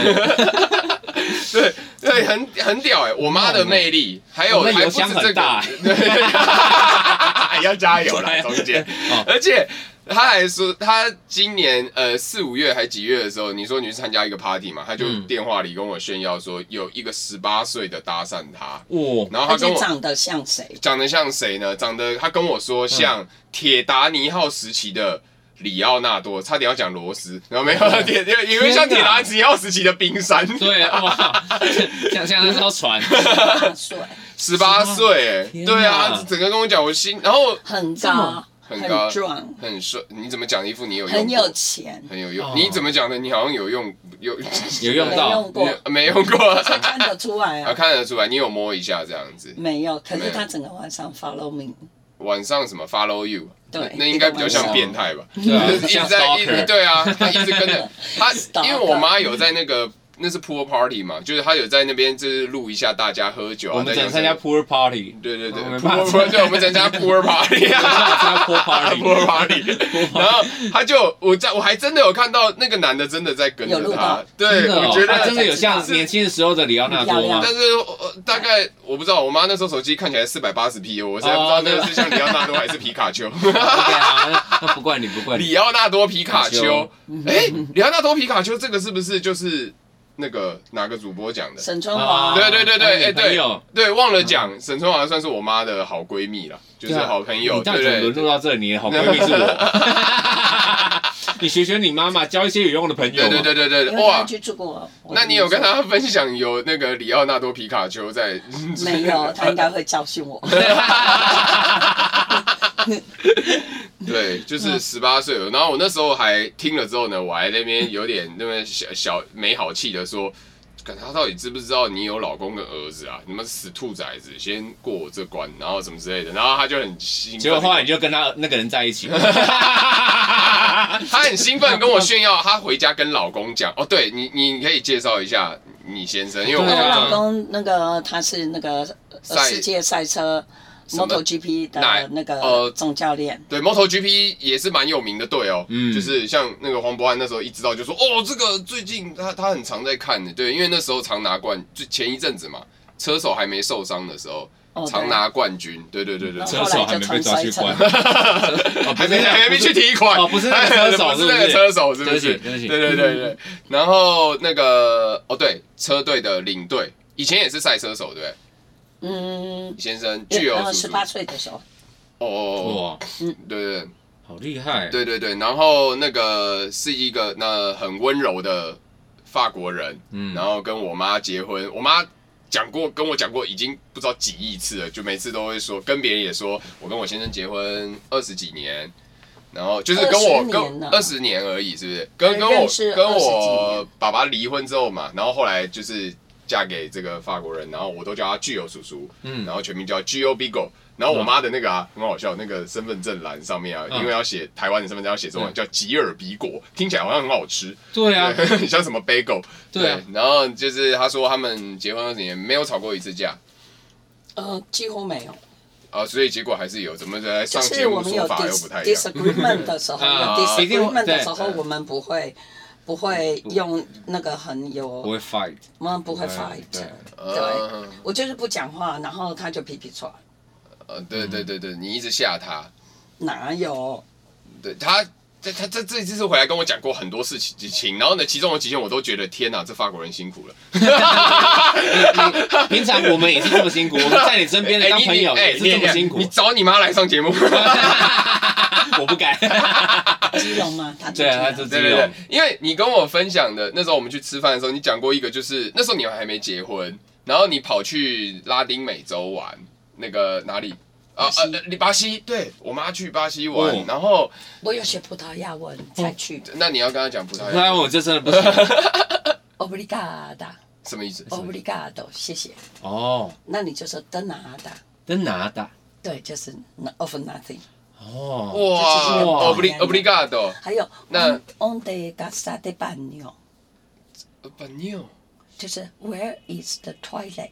Speaker 2: 对对，很很屌哎、我妈的魅力，还有
Speaker 5: 我们
Speaker 2: 还
Speaker 5: 的
Speaker 2: 不
Speaker 5: 油箱
Speaker 2: 止这
Speaker 5: 很
Speaker 2: 个
Speaker 5: 大，
Speaker 2: 对 要加油啦，
Speaker 5: 对
Speaker 2: 中间
Speaker 5: 哦。
Speaker 2: 而且她还说，她今年呃四五月还几月的时候，你说你去参加一个 party 嘛，她就
Speaker 5: 嗯
Speaker 2: 电话里跟我炫耀说，有一个十八岁的搭讪她，
Speaker 5: 哇，
Speaker 2: 然后她
Speaker 4: 而
Speaker 2: 跟
Speaker 4: 且
Speaker 2: 我
Speaker 4: 长得像谁？
Speaker 2: 长得像谁呢？长得他跟我说像
Speaker 5: 嗯
Speaker 2: 铁达尼号时期的里奥纳多，差点要讲罗斯，然后没
Speaker 5: 嗯
Speaker 2: 有铁，因为像铁达尼号时期的冰山，
Speaker 5: 对哇， 像像那艘船，
Speaker 4: 八岁，
Speaker 2: 十八岁，
Speaker 5: 天哪
Speaker 2: 对啊，整个跟我讲我心，然后
Speaker 4: 很
Speaker 5: 这
Speaker 4: 高
Speaker 5: 么，
Speaker 2: 很高
Speaker 4: 壮，
Speaker 2: 很帅，你怎么讲一副你有用过
Speaker 4: 很有钱，
Speaker 2: 很有用？
Speaker 5: 哦
Speaker 2: 你怎么讲的？你好像有用有
Speaker 5: 有用
Speaker 4: 没
Speaker 5: 到
Speaker 4: 用过，
Speaker 2: 你没用过， 啊，
Speaker 4: 看得出来啊。
Speaker 2: 看得出来你有摸一下这样子。
Speaker 4: 没有，可
Speaker 2: 没
Speaker 4: 是
Speaker 2: 有
Speaker 4: 他整个晚上 follow me，
Speaker 2: 晚上什么 follow you，
Speaker 4: 对
Speaker 2: 那那应该比较像变态 吧？
Speaker 5: 对啊
Speaker 2: 就是一直
Speaker 5: 像
Speaker 2: 在
Speaker 5: stalker
Speaker 2: 一直对啊，他一直跟着他，
Speaker 4: Stalker
Speaker 2: 因为我妈有在那个那是 pool party 嘛，就是她有在那边就是录一下大家喝酒啊，
Speaker 5: 我们只能参
Speaker 2: 在
Speaker 5: 加
Speaker 2: 用
Speaker 5: poor party，
Speaker 2: 对对对
Speaker 5: 我们
Speaker 2: pool
Speaker 5: 怕
Speaker 2: pool- 对，我们只能参加 pool party
Speaker 5: 只能
Speaker 2: 啊。
Speaker 5: 参加 poor party，
Speaker 2: pool party，然后他就我在我还真的有看到那个男的真的在跟
Speaker 4: 有
Speaker 2: 着
Speaker 4: 录
Speaker 2: 他
Speaker 4: 到，
Speaker 2: 对，
Speaker 5: 真的哦
Speaker 2: 我觉
Speaker 5: 他真
Speaker 2: 得。
Speaker 5: 的有像年轻的时候的里奥纳多
Speaker 4: 漂
Speaker 5: 吗
Speaker 4: 亮？
Speaker 2: 但是呃大概我不知道，我妈那时候手机看起来四百八十 P，我实在不知
Speaker 5: 哦
Speaker 2: 道那个是像里奥纳多还是皮卡 丘。
Speaker 5: OK 啊，那那不怪你，不怪 你。
Speaker 2: 里奥纳多皮卡
Speaker 5: 皮卡
Speaker 2: 丘
Speaker 5: 丘，
Speaker 2: 哎、里奥纳多皮卡丘这个是不是就是那个哪个主播讲的？
Speaker 4: 沈春
Speaker 5: 啊
Speaker 4: 华，
Speaker 2: 对对对对，
Speaker 5: 他的女
Speaker 2: 哎、
Speaker 5: 朋
Speaker 2: 对
Speaker 5: 友嗯
Speaker 2: 对，忘了讲，沈春华算是我妈的好闺蜜啦，就是
Speaker 5: 对啊
Speaker 2: 好朋友，
Speaker 5: 你到底
Speaker 2: 对
Speaker 5: 怎么
Speaker 2: 对
Speaker 5: 沦
Speaker 2: 对
Speaker 5: 落到这里？你的好闺蜜是我。 你学学你妈妈，交一些有用的朋友。
Speaker 2: 对对对对
Speaker 4: 因
Speaker 2: 对，
Speaker 4: 为他
Speaker 2: 哇！
Speaker 4: 去住过我的民宿。
Speaker 2: 那你有跟她分享有那个里奥纳多皮卡丘在？
Speaker 4: 没有，他应该会教训我。
Speaker 2: 啊 对，就是十八岁了。然后我那时候还听了之后呢，我还那边有点那么小小没好气的说，看他到底知不知道你有老公跟儿子啊？你们死兔崽子，先过我这关，然 后什么之类的。然后他就很兴奋，
Speaker 5: 结果后来你就跟他那个人在一起。
Speaker 2: 她很兴奋跟我炫耀，她回家跟老公讲，哦，对你，你可以介绍一下你先生，因为我
Speaker 4: 我
Speaker 1: 对啊
Speaker 4: 老公那个他是那个呃
Speaker 2: 赛
Speaker 4: 世界赛车
Speaker 2: 么
Speaker 4: MotoGP
Speaker 2: 哪
Speaker 4: 的那
Speaker 2: 呃
Speaker 4: 个总教练，
Speaker 2: 对 MotoGP 也是蛮有名的队哦，
Speaker 1: 嗯
Speaker 2: 就是像那个黄博翰那时候一知道就说，哦，这个最近他他很常在看的，对，因为那时候常拿冠，就前一阵子嘛，车手还没受伤的时候，
Speaker 4: 哦
Speaker 2: 常拿冠军，对对对对，
Speaker 4: 然
Speaker 2: 对
Speaker 1: 车
Speaker 4: 后后
Speaker 1: 手
Speaker 4: 来
Speaker 1: 还
Speaker 4: 就
Speaker 1: 没
Speaker 4: 常
Speaker 1: 被抓去
Speaker 4: 摔车
Speaker 1: 关，哦
Speaker 2: 还没还没去
Speaker 1: 提。
Speaker 2: 提款
Speaker 1: 哦不是那个车手
Speaker 2: 不是那个车手，是
Speaker 1: 是
Speaker 2: 不
Speaker 1: 不
Speaker 2: 是？
Speaker 1: 是对不起对不起
Speaker 2: 对对对对。然后那个哦，对，车队的领队以前也是赛车手，对不对？
Speaker 4: 嗯，
Speaker 2: 李先生具有叔
Speaker 4: 十
Speaker 2: 叔，
Speaker 4: 八
Speaker 2: 哦
Speaker 4: 岁的时候，
Speaker 2: 哦哦，
Speaker 1: 哇，
Speaker 2: 对对对
Speaker 1: 好厉害！
Speaker 2: 对对对。然后那个是一个那很温柔的法国人，
Speaker 1: 嗯
Speaker 2: 然后跟我妈结婚，我妈。讲过跟我讲过，已经不知道几亿次了，就每次都会说，跟别人也说，我跟我先生结婚二十几年，然后就是跟我
Speaker 4: 20年
Speaker 2: 跟
Speaker 4: 了
Speaker 2: 二十年而已，是不是？跟
Speaker 4: 对
Speaker 2: 跟我
Speaker 4: 认识
Speaker 2: 跟
Speaker 4: 20几
Speaker 2: 我
Speaker 4: 年
Speaker 2: 爸爸离婚之后嘛，然后后来就是嫁给这个法国人，然后我都叫他具有叔叔，
Speaker 1: 嗯
Speaker 2: 然后全名叫 G O Bigo。然后我妈的那个啊，很好笑，那个身份证栏上面啊，
Speaker 1: 嗯
Speaker 2: 因为要写台湾的身份证要写中文，
Speaker 1: 嗯
Speaker 2: 叫吉尔比果，听起来好像很好吃，
Speaker 1: 对啊，
Speaker 2: 对，很像什么 bagel。
Speaker 1: 对啊
Speaker 2: 然后就是他说他们结婚二十年没有吵过一次架
Speaker 4: 呃，几乎没有，
Speaker 2: 啊，所以结果还是有，怎么在
Speaker 4: 就
Speaker 2: 上节
Speaker 4: 是我
Speaker 2: 目
Speaker 4: 们
Speaker 2: 说
Speaker 4: 有
Speaker 2: 法又
Speaker 4: dis
Speaker 2: 不太一样。
Speaker 4: disagreement 的时候，有
Speaker 1: 啊一定会
Speaker 4: disagreement 的
Speaker 1: 对
Speaker 4: 时候，我们不会不会用那个很
Speaker 1: 不
Speaker 4: 有，
Speaker 1: 会 fight，
Speaker 4: 我们不会
Speaker 1: 对
Speaker 4: fight，
Speaker 1: 对
Speaker 4: 对，我就是不讲话，然后他就皮皮喘，
Speaker 2: 呃，对对对对，你一直吓他，
Speaker 4: 哪有？
Speaker 2: 对他。他他这这一次回来跟我讲过很多事情情，然后呢，其中有几件我都觉得天哪，这法国人辛苦了。
Speaker 1: 你平常我们也是这么辛苦，我们在你身边的
Speaker 2: 哎
Speaker 1: 当
Speaker 2: 你
Speaker 1: 朋友
Speaker 2: 哎
Speaker 1: 也是这
Speaker 2: 你
Speaker 1: 么辛苦啊
Speaker 2: 你，找你妈来 上节目。
Speaker 1: 我不敢。
Speaker 4: 基隆吗？他
Speaker 1: 对啊，他
Speaker 4: 基
Speaker 1: 就
Speaker 4: 隆
Speaker 1: 这
Speaker 2: 对对对
Speaker 1: 样，，
Speaker 2: 因为你跟我分享的那时候我们去吃饭的时候，你讲过一个，就是那时候你还没结婚，然后你跑去拉丁美洲玩，那个哪里？啊呃，呃巴西，对我妈去巴西玩，
Speaker 1: 哦
Speaker 2: 然后
Speaker 4: 我有学葡萄牙文才去的
Speaker 2: 那你要跟她讲葡萄
Speaker 1: 不然
Speaker 2: 牙
Speaker 1: 我这真的不行。
Speaker 4: ，obrigada，obrigado，
Speaker 2: 什么意思？
Speaker 4: 哦谢谢。
Speaker 1: 哦，
Speaker 4: 那你就说 de nada，
Speaker 1: 真拿的
Speaker 4: 对，就是 n- of nothing。
Speaker 1: 哦，
Speaker 2: 哇
Speaker 1: 哇
Speaker 2: ，obli obligado，
Speaker 4: 还有
Speaker 2: 那
Speaker 4: onde gasta de banho，
Speaker 2: banyo，
Speaker 4: 就是 where is the toilet？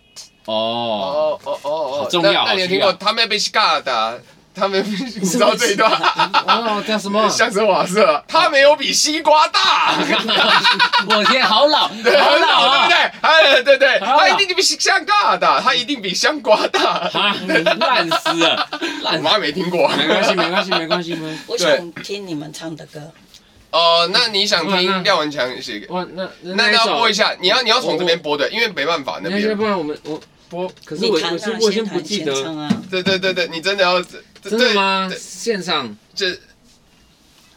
Speaker 1: 哦，
Speaker 2: 哦哦哦哦
Speaker 1: 好，重要
Speaker 2: 那那你有听过
Speaker 1: 好需
Speaker 2: 他们被尬的，他 们你知道这一段？
Speaker 1: 哦，叫什 么？
Speaker 2: 相声瓦舍，他没有比西瓜 大。
Speaker 1: 我天，好老，好
Speaker 2: 很
Speaker 1: 老
Speaker 2: 老，对不
Speaker 1: 啊！
Speaker 2: 对？哎，对对，
Speaker 1: 好
Speaker 2: 他一定比香港大，他一定比香瓜大。
Speaker 1: 啊，烂死了，
Speaker 2: 我
Speaker 1: 烂死。
Speaker 2: 妈没听过。
Speaker 1: 没关系，没关系，没关系，没关系。
Speaker 4: 我想听你们唱的歌，
Speaker 2: 哦，那你想
Speaker 1: 那
Speaker 2: 听
Speaker 1: 那
Speaker 2: 廖文强写给？
Speaker 1: 哇，那
Speaker 2: 那那
Speaker 1: 一
Speaker 2: 要
Speaker 1: 首
Speaker 2: 播一下，你要你要从这边
Speaker 1: 我
Speaker 2: 播的，因为没办法那
Speaker 1: 那要
Speaker 2: 边
Speaker 1: 不。然我们我播，可是
Speaker 4: 你
Speaker 1: 我
Speaker 4: 弹
Speaker 1: 我
Speaker 4: 啊，
Speaker 1: 先我先
Speaker 4: 先
Speaker 1: 不
Speaker 4: 弹
Speaker 1: 记
Speaker 4: 先
Speaker 1: 得
Speaker 4: 唱。啊。
Speaker 2: 对对对对，你真的要真
Speaker 1: 真的吗？现场，
Speaker 2: 这，哎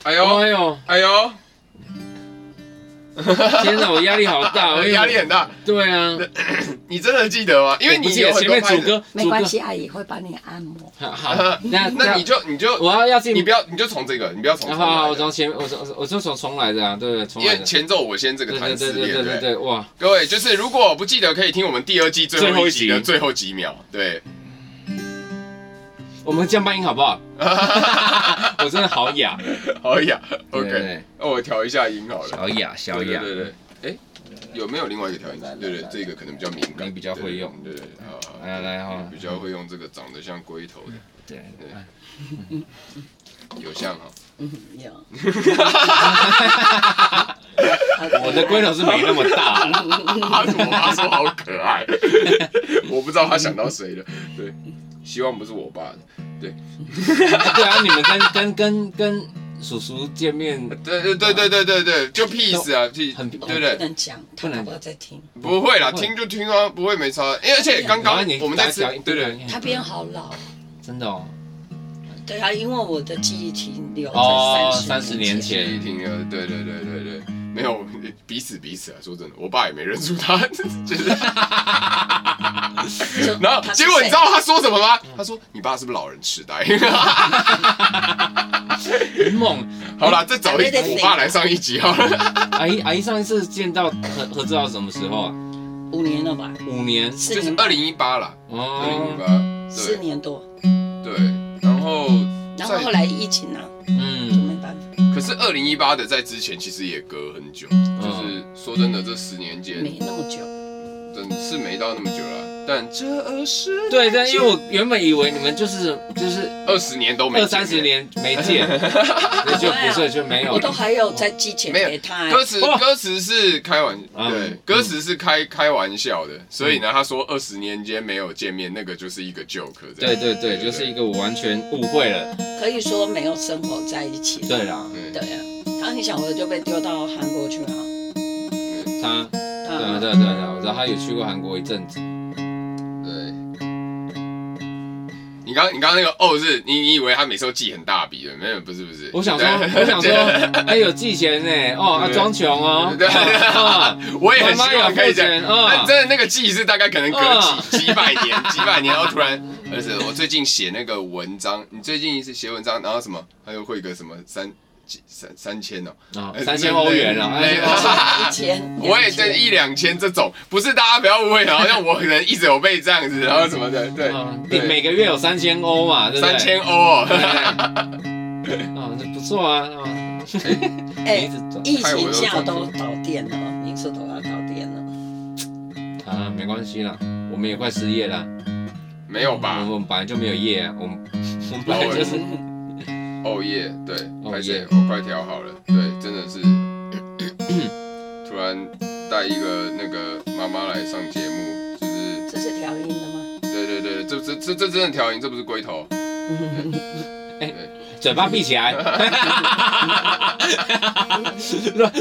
Speaker 1: 哎
Speaker 2: 呦
Speaker 1: 呦，
Speaker 2: 哎呦，
Speaker 1: 天哪，我压力好 大，我
Speaker 2: 压力很大。
Speaker 1: 对啊，
Speaker 2: 你真的记得吗？因为
Speaker 1: 我不
Speaker 2: 你
Speaker 1: 是也
Speaker 2: 有很
Speaker 1: 前
Speaker 2: 多
Speaker 1: 面
Speaker 2: 拍
Speaker 1: 主
Speaker 2: 的。啊
Speaker 1: 歌，
Speaker 4: 没关系，阿姨会帮你按摩。
Speaker 1: 主歌。好，好那
Speaker 2: 呃那你就你就
Speaker 1: 我要要进，
Speaker 2: 你不要你就从这个，你不要从
Speaker 1: 啊。
Speaker 2: 重
Speaker 1: 好好，我
Speaker 2: 来的
Speaker 1: 从前我从我就从重来的啊，对对，重
Speaker 2: 因
Speaker 1: 来
Speaker 2: 为
Speaker 1: 的。
Speaker 2: 前奏我 先这个
Speaker 1: 对
Speaker 2: 弹
Speaker 1: 对
Speaker 2: 四
Speaker 1: 对
Speaker 2: 遍，
Speaker 1: 对对
Speaker 2: 对不
Speaker 1: 对
Speaker 2: 对。
Speaker 1: 对，哇，
Speaker 2: 各位，就是如果不记得，可以听我们第二季最后一集的
Speaker 1: 最
Speaker 2: 最后几秒。对，
Speaker 1: 我们降半音好不好？我真的好哑，
Speaker 2: 好呀
Speaker 1: 对对
Speaker 2: ，OK，
Speaker 1: 对
Speaker 2: 那我调一下音好了。
Speaker 1: 小哑，小
Speaker 2: 对对
Speaker 1: 哑。
Speaker 2: 对对，对哎，有没有另外一个调音机？对对，这个可能比较敏感，
Speaker 1: 你比较会用
Speaker 2: 对对对，好好
Speaker 1: 来来好
Speaker 2: 比较会用这个长得像龟头的，
Speaker 1: 对，
Speaker 2: 有像哦哈。
Speaker 4: 嗯， 有。
Speaker 1: 我的龟头是没那么 大，啊
Speaker 2: 阿祖妈说好可爱，我不知道他想到谁了。对，希望不是我爸的。
Speaker 1: 对啊，你们跟跟跟跟叔叔见面
Speaker 2: 对对对对对对对，就 peace 啊，peace，
Speaker 1: 很
Speaker 2: 对不
Speaker 4: 我
Speaker 2: 对
Speaker 4: 不？能讲，
Speaker 1: 不
Speaker 4: 他
Speaker 1: 能
Speaker 4: 爸爸在听，
Speaker 2: 不会啦，
Speaker 1: 不会
Speaker 2: 听就听啊，不会没差。因为而且刚刚
Speaker 1: 然后你
Speaker 2: 我们在吃
Speaker 1: 讲，
Speaker 2: 对对，
Speaker 4: 他变好老。
Speaker 1: 真的哦，
Speaker 4: 对啊，因为我的记忆停留在
Speaker 1: 哦，三
Speaker 4: 三
Speaker 1: 十年。
Speaker 2: 一
Speaker 1: 前，
Speaker 2: 听啊，对对对对对，没有彼此彼此啊。说真的，我爸也没认出他， 就是。
Speaker 4: 就
Speaker 2: 然后
Speaker 4: 他是
Speaker 2: 结果你
Speaker 4: 谁
Speaker 2: 知道他说什么吗？他说：“你爸是不是老人痴呆
Speaker 1: 云梦，？”
Speaker 2: 好啦，再找一
Speaker 4: Everything
Speaker 2: 我爸来上一集好了。
Speaker 1: 阿姨阿姨上一次见到何何志豪什么时候啊？
Speaker 4: 五年了吧？
Speaker 1: 五年
Speaker 4: 四
Speaker 2: 嗯就是
Speaker 4: 年吧，
Speaker 2: 二零一八啦，二零一
Speaker 1: 哦，
Speaker 2: 八，
Speaker 4: 四
Speaker 2: 对
Speaker 4: 年多。
Speaker 2: 对。然后
Speaker 4: 然后后来疫情啊，就
Speaker 1: 嗯
Speaker 4: 没办法，
Speaker 2: 可是二零一八的在之前其实也隔很久，
Speaker 1: 嗯
Speaker 2: 就是说真的，这十年间
Speaker 4: 没那么久。
Speaker 2: 嗯真是没到那么久了，但这二十
Speaker 1: 对，但因为我原本以为你们就是就是
Speaker 2: 二十年都
Speaker 1: 二
Speaker 2: 没见
Speaker 1: 三十
Speaker 2: 面
Speaker 1: 年没见， 那就不是就没有
Speaker 4: 我都
Speaker 1: 了。
Speaker 4: 还有在寄钱
Speaker 2: 没
Speaker 4: 给
Speaker 2: 有
Speaker 4: 他、哎
Speaker 2: 歌词
Speaker 1: 哇，
Speaker 2: 歌词是开玩
Speaker 1: 嗯
Speaker 2: 对
Speaker 1: 嗯，
Speaker 2: 歌词是开开玩笑的，所以呢，他说二十年间没有见面，那个就是一个 joke，这
Speaker 1: 对
Speaker 2: 样
Speaker 1: 对对，就是一个我完全误会了。
Speaker 4: 可以说没有生活在一起。
Speaker 1: 对啦，
Speaker 2: 对
Speaker 4: 对啊，他很小的就被丢到韩国去了。
Speaker 1: 他对啊
Speaker 4: 啊，
Speaker 1: 对啊对啊对啊，我知道他也去过韩国一阵子。
Speaker 2: 对。你刚你刚刚那个哦，是你你以为他每次都记很大笔的？没有，不是不是。
Speaker 1: 我想说，
Speaker 2: 对
Speaker 1: 我想说，哎，有寄钱呢，哦，啊，装穷哦，
Speaker 2: 对
Speaker 1: 啊，
Speaker 2: 我也很希望可以讲，
Speaker 1: 妈妈有付钱嗯
Speaker 2: 但真的那个记是大概可能隔几几百年、 几百年，然后突然，儿子，我最近写那个文章，你最近一次写文章，然后什么，他又会个什么三几三三千哦，
Speaker 1: 啊三千欧元啊，
Speaker 2: 对
Speaker 1: 哎
Speaker 2: 对对
Speaker 4: 一千，
Speaker 2: 我也
Speaker 4: 对
Speaker 2: 对一两千这种，不是大家不要误会，好像我可能一直有被这样子，然后什么的，对
Speaker 1: 啊，你
Speaker 2: 对
Speaker 1: 每个月有三千欧嘛，对不对？
Speaker 2: 三 千欧哦，
Speaker 1: 对，啊，这不错啊，啊，一
Speaker 4: 哎
Speaker 1: 直，转
Speaker 4: 疫情下都倒店了，民宿都要倒店了。
Speaker 1: 啊，没关系啦，我们也快失业啦，
Speaker 2: 没有
Speaker 1: 我
Speaker 2: 吧？
Speaker 1: 们本来就没有业啊，我们我 们本来就是
Speaker 2: 哦耶，对，
Speaker 1: 哦
Speaker 2: 而且
Speaker 1: 耶
Speaker 2: 我快调好了，对，真的是突然带一个那个妈妈来上节目，就是
Speaker 4: 这是调音的吗？
Speaker 2: 对对对，这这这这真的调音，这不是龟头，嗯
Speaker 1: 嘴巴闭起 来。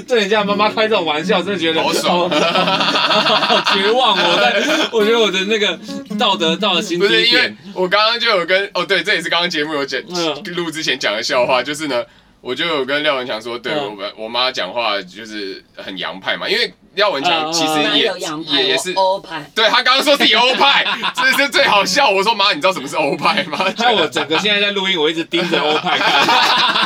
Speaker 1: 对人家妈妈开这种玩笑，真的觉得
Speaker 2: 好爽
Speaker 1: 好好绝望哦！ 但我觉得我的那个道德到了新
Speaker 2: 不是
Speaker 1: 低
Speaker 2: 因为
Speaker 1: 点。
Speaker 2: 我刚刚就有跟哦对，这也是刚刚节目有讲
Speaker 1: 嗯
Speaker 2: 录之前讲的笑话，就是呢。我就有跟廖文强说，对
Speaker 1: 嗯
Speaker 2: 我们我妈讲话就是很洋派嘛，因为廖文
Speaker 1: 嗯嗯
Speaker 2: 强其实
Speaker 1: 嗯
Speaker 4: 哪
Speaker 2: 也
Speaker 4: 有洋派？
Speaker 2: 也也是
Speaker 4: 我 欧派。
Speaker 2: 对他刚刚说自己 欧派，这是最好笑。我说妈，你知道什么是欧派吗？
Speaker 1: 害我整个现在在录音，我一直盯着欧 派看。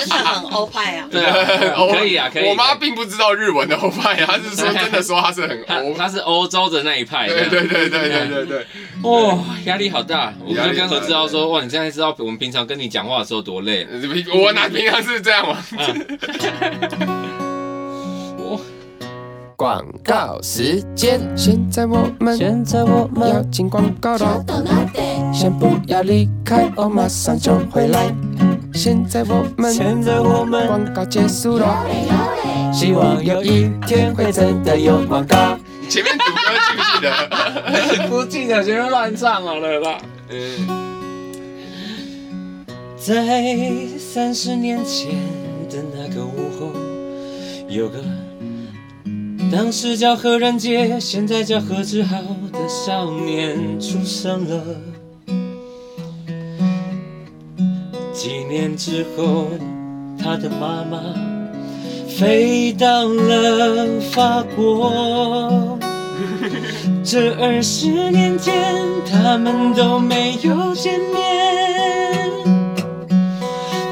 Speaker 4: 真的很欧派啊！
Speaker 1: 对啊，
Speaker 2: 欧
Speaker 1: 可以啊，可以。
Speaker 2: 哦我妈并不知道日文的欧派，她是说真的说她是很
Speaker 1: 她
Speaker 2: 欧。
Speaker 1: 她是欧洲的那一派。
Speaker 2: 对对对对对对对，
Speaker 1: 哦，压力好大。我
Speaker 2: 压
Speaker 1: 就
Speaker 2: 力
Speaker 1: 跟
Speaker 2: 很大
Speaker 1: 何志豪说，哇，你现在知道我们平常跟你讲话的时候多累。
Speaker 2: 对我男平常是这样吗？
Speaker 1: 嗯我
Speaker 6: 广告时间，现在我们
Speaker 3: 现在我
Speaker 6: 要
Speaker 3: 们
Speaker 6: 进广告了，先不要离开，我马上就回来。现在我们
Speaker 3: 现在我们
Speaker 6: 广告结束了，
Speaker 3: 希望有一天会真的有广告。
Speaker 2: 前面主歌记不记得？
Speaker 1: 不记得，前面乱唱好了啦。嗯
Speaker 3: 在三十年前的那个午后，有个当时叫何仁杰，现在叫何志豪的少年出生了。几年之后，他的妈妈飞到了法国。这二十年间，他们都没有见面，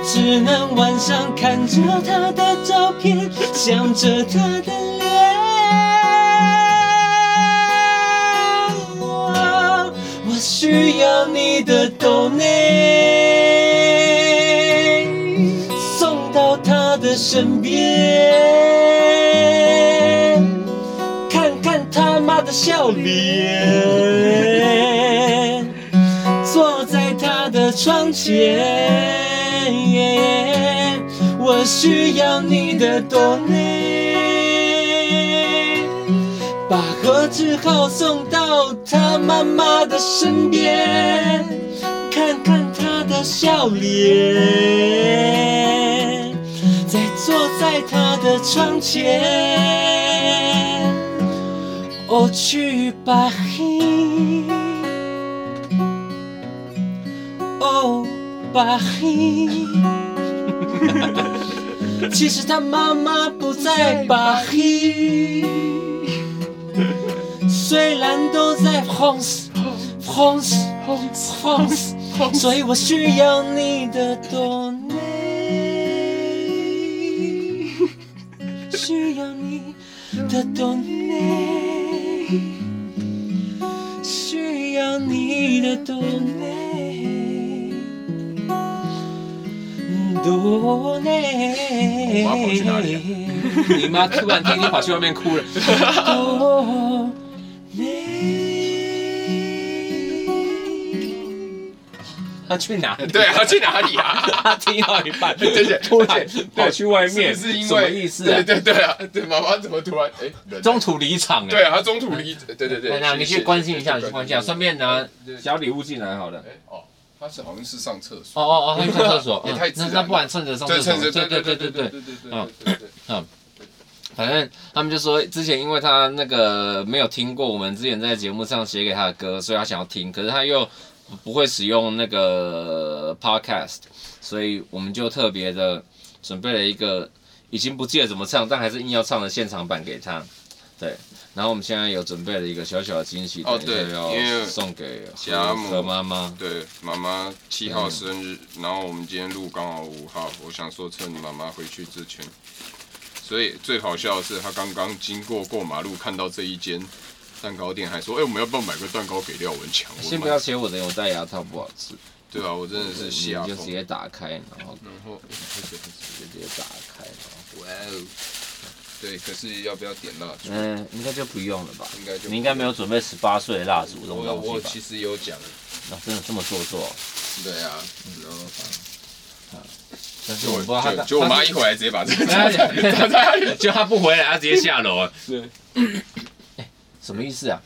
Speaker 3: 只能晚上看着他的照片，想着他的脸。我我需要你的豆内，送到他的身边。看看他妈的笑脸，坐在他的窗前，我需要你的多内，把何志浩送到他妈妈的身边，看看他的笑脸。在坐在他的窗前。哦，去吧嘿，哦吧嘿。 其实他妈妈不在巴黎，虽然都在 France France France France，所以我需要你的多内，需要你的多内，需要你的多内。多呢。
Speaker 2: 我要跑去哪里啊
Speaker 5: 你妈突然天天跑去外面哭了。
Speaker 2: 啊
Speaker 3: 多呢。
Speaker 5: 他去哪里？
Speaker 2: 对，啊，去哪里啊？
Speaker 5: 他听到一半，
Speaker 2: 对对
Speaker 5: 突然
Speaker 2: 对
Speaker 5: 跑去外面，
Speaker 2: 是不是因为
Speaker 5: 什么意思啊
Speaker 2: 对？对对啊，对，妈妈怎么突然哎？人
Speaker 1: 中途离场哎。
Speaker 2: 对啊，她中途离，对对对。
Speaker 1: 那那你去关心一下，
Speaker 2: 是
Speaker 1: 你
Speaker 2: 是
Speaker 1: 去关心一下，顺便拿。
Speaker 5: 小礼物进来好了
Speaker 2: 哎。哦，她是好像是上厕所，
Speaker 1: 哦哦哦，他去上厕所，
Speaker 2: 也
Speaker 1: 嗯
Speaker 2: 太自
Speaker 1: 那
Speaker 2: 然
Speaker 1: 那
Speaker 2: 了
Speaker 1: 不然趁着上
Speaker 2: 对，
Speaker 1: 厕所
Speaker 2: 趁，
Speaker 1: 对
Speaker 2: 着对
Speaker 1: 对对
Speaker 2: 对对
Speaker 1: 对
Speaker 2: 对
Speaker 1: 对，
Speaker 2: 对对
Speaker 1: 嗯
Speaker 2: 对对。
Speaker 1: 反正他们就说之前因为他那个没有听过我们之前在节目上写给他的歌，所以他想要听，可是他又不会使用那个 podcast，所以我们就特别的准备了一个已经不记得怎么唱，但还是硬要唱的现场版给他。对，然后我们现在有准备了一个小小的惊喜，
Speaker 2: 哦
Speaker 1: 等一下
Speaker 2: 对因为
Speaker 1: 要送给
Speaker 2: 家母
Speaker 1: 何妈妈。
Speaker 2: 对，妈妈七号生日，然后我们今天录刚好五号，我想说趁妈妈回去之前，所以最好笑的是她刚刚经过过马路看到这一间蛋糕店，还说：“哎、我们要不要买个蛋糕给廖文强？”我
Speaker 1: 先不
Speaker 2: 买
Speaker 1: 要切我的，我戴牙套不好吃。
Speaker 2: 对啊，我真的是
Speaker 1: 你
Speaker 2: 吓
Speaker 1: 就直
Speaker 2: 疯。
Speaker 1: 接打开，然后
Speaker 2: 然后
Speaker 1: 直接打开，然后。
Speaker 2: 哇哦，对，可是要不要点蜡烛？
Speaker 1: 嗯，应该就不用了吧？
Speaker 2: 应该就
Speaker 1: 你应该没有准备十八岁的蜡烛这种
Speaker 2: 我
Speaker 1: 东
Speaker 2: 我
Speaker 1: 西吧
Speaker 2: 其？实有讲，
Speaker 1: 那、真的这么做作？
Speaker 2: 对啊，然后
Speaker 1: 但是
Speaker 2: 就
Speaker 1: 我不知道他
Speaker 2: 就 就我妈一回来直接把这个
Speaker 1: 哎
Speaker 2: 插在
Speaker 1: 他就他不回来，他直接下楼啊了。
Speaker 5: 对，
Speaker 1: 什么意思啊？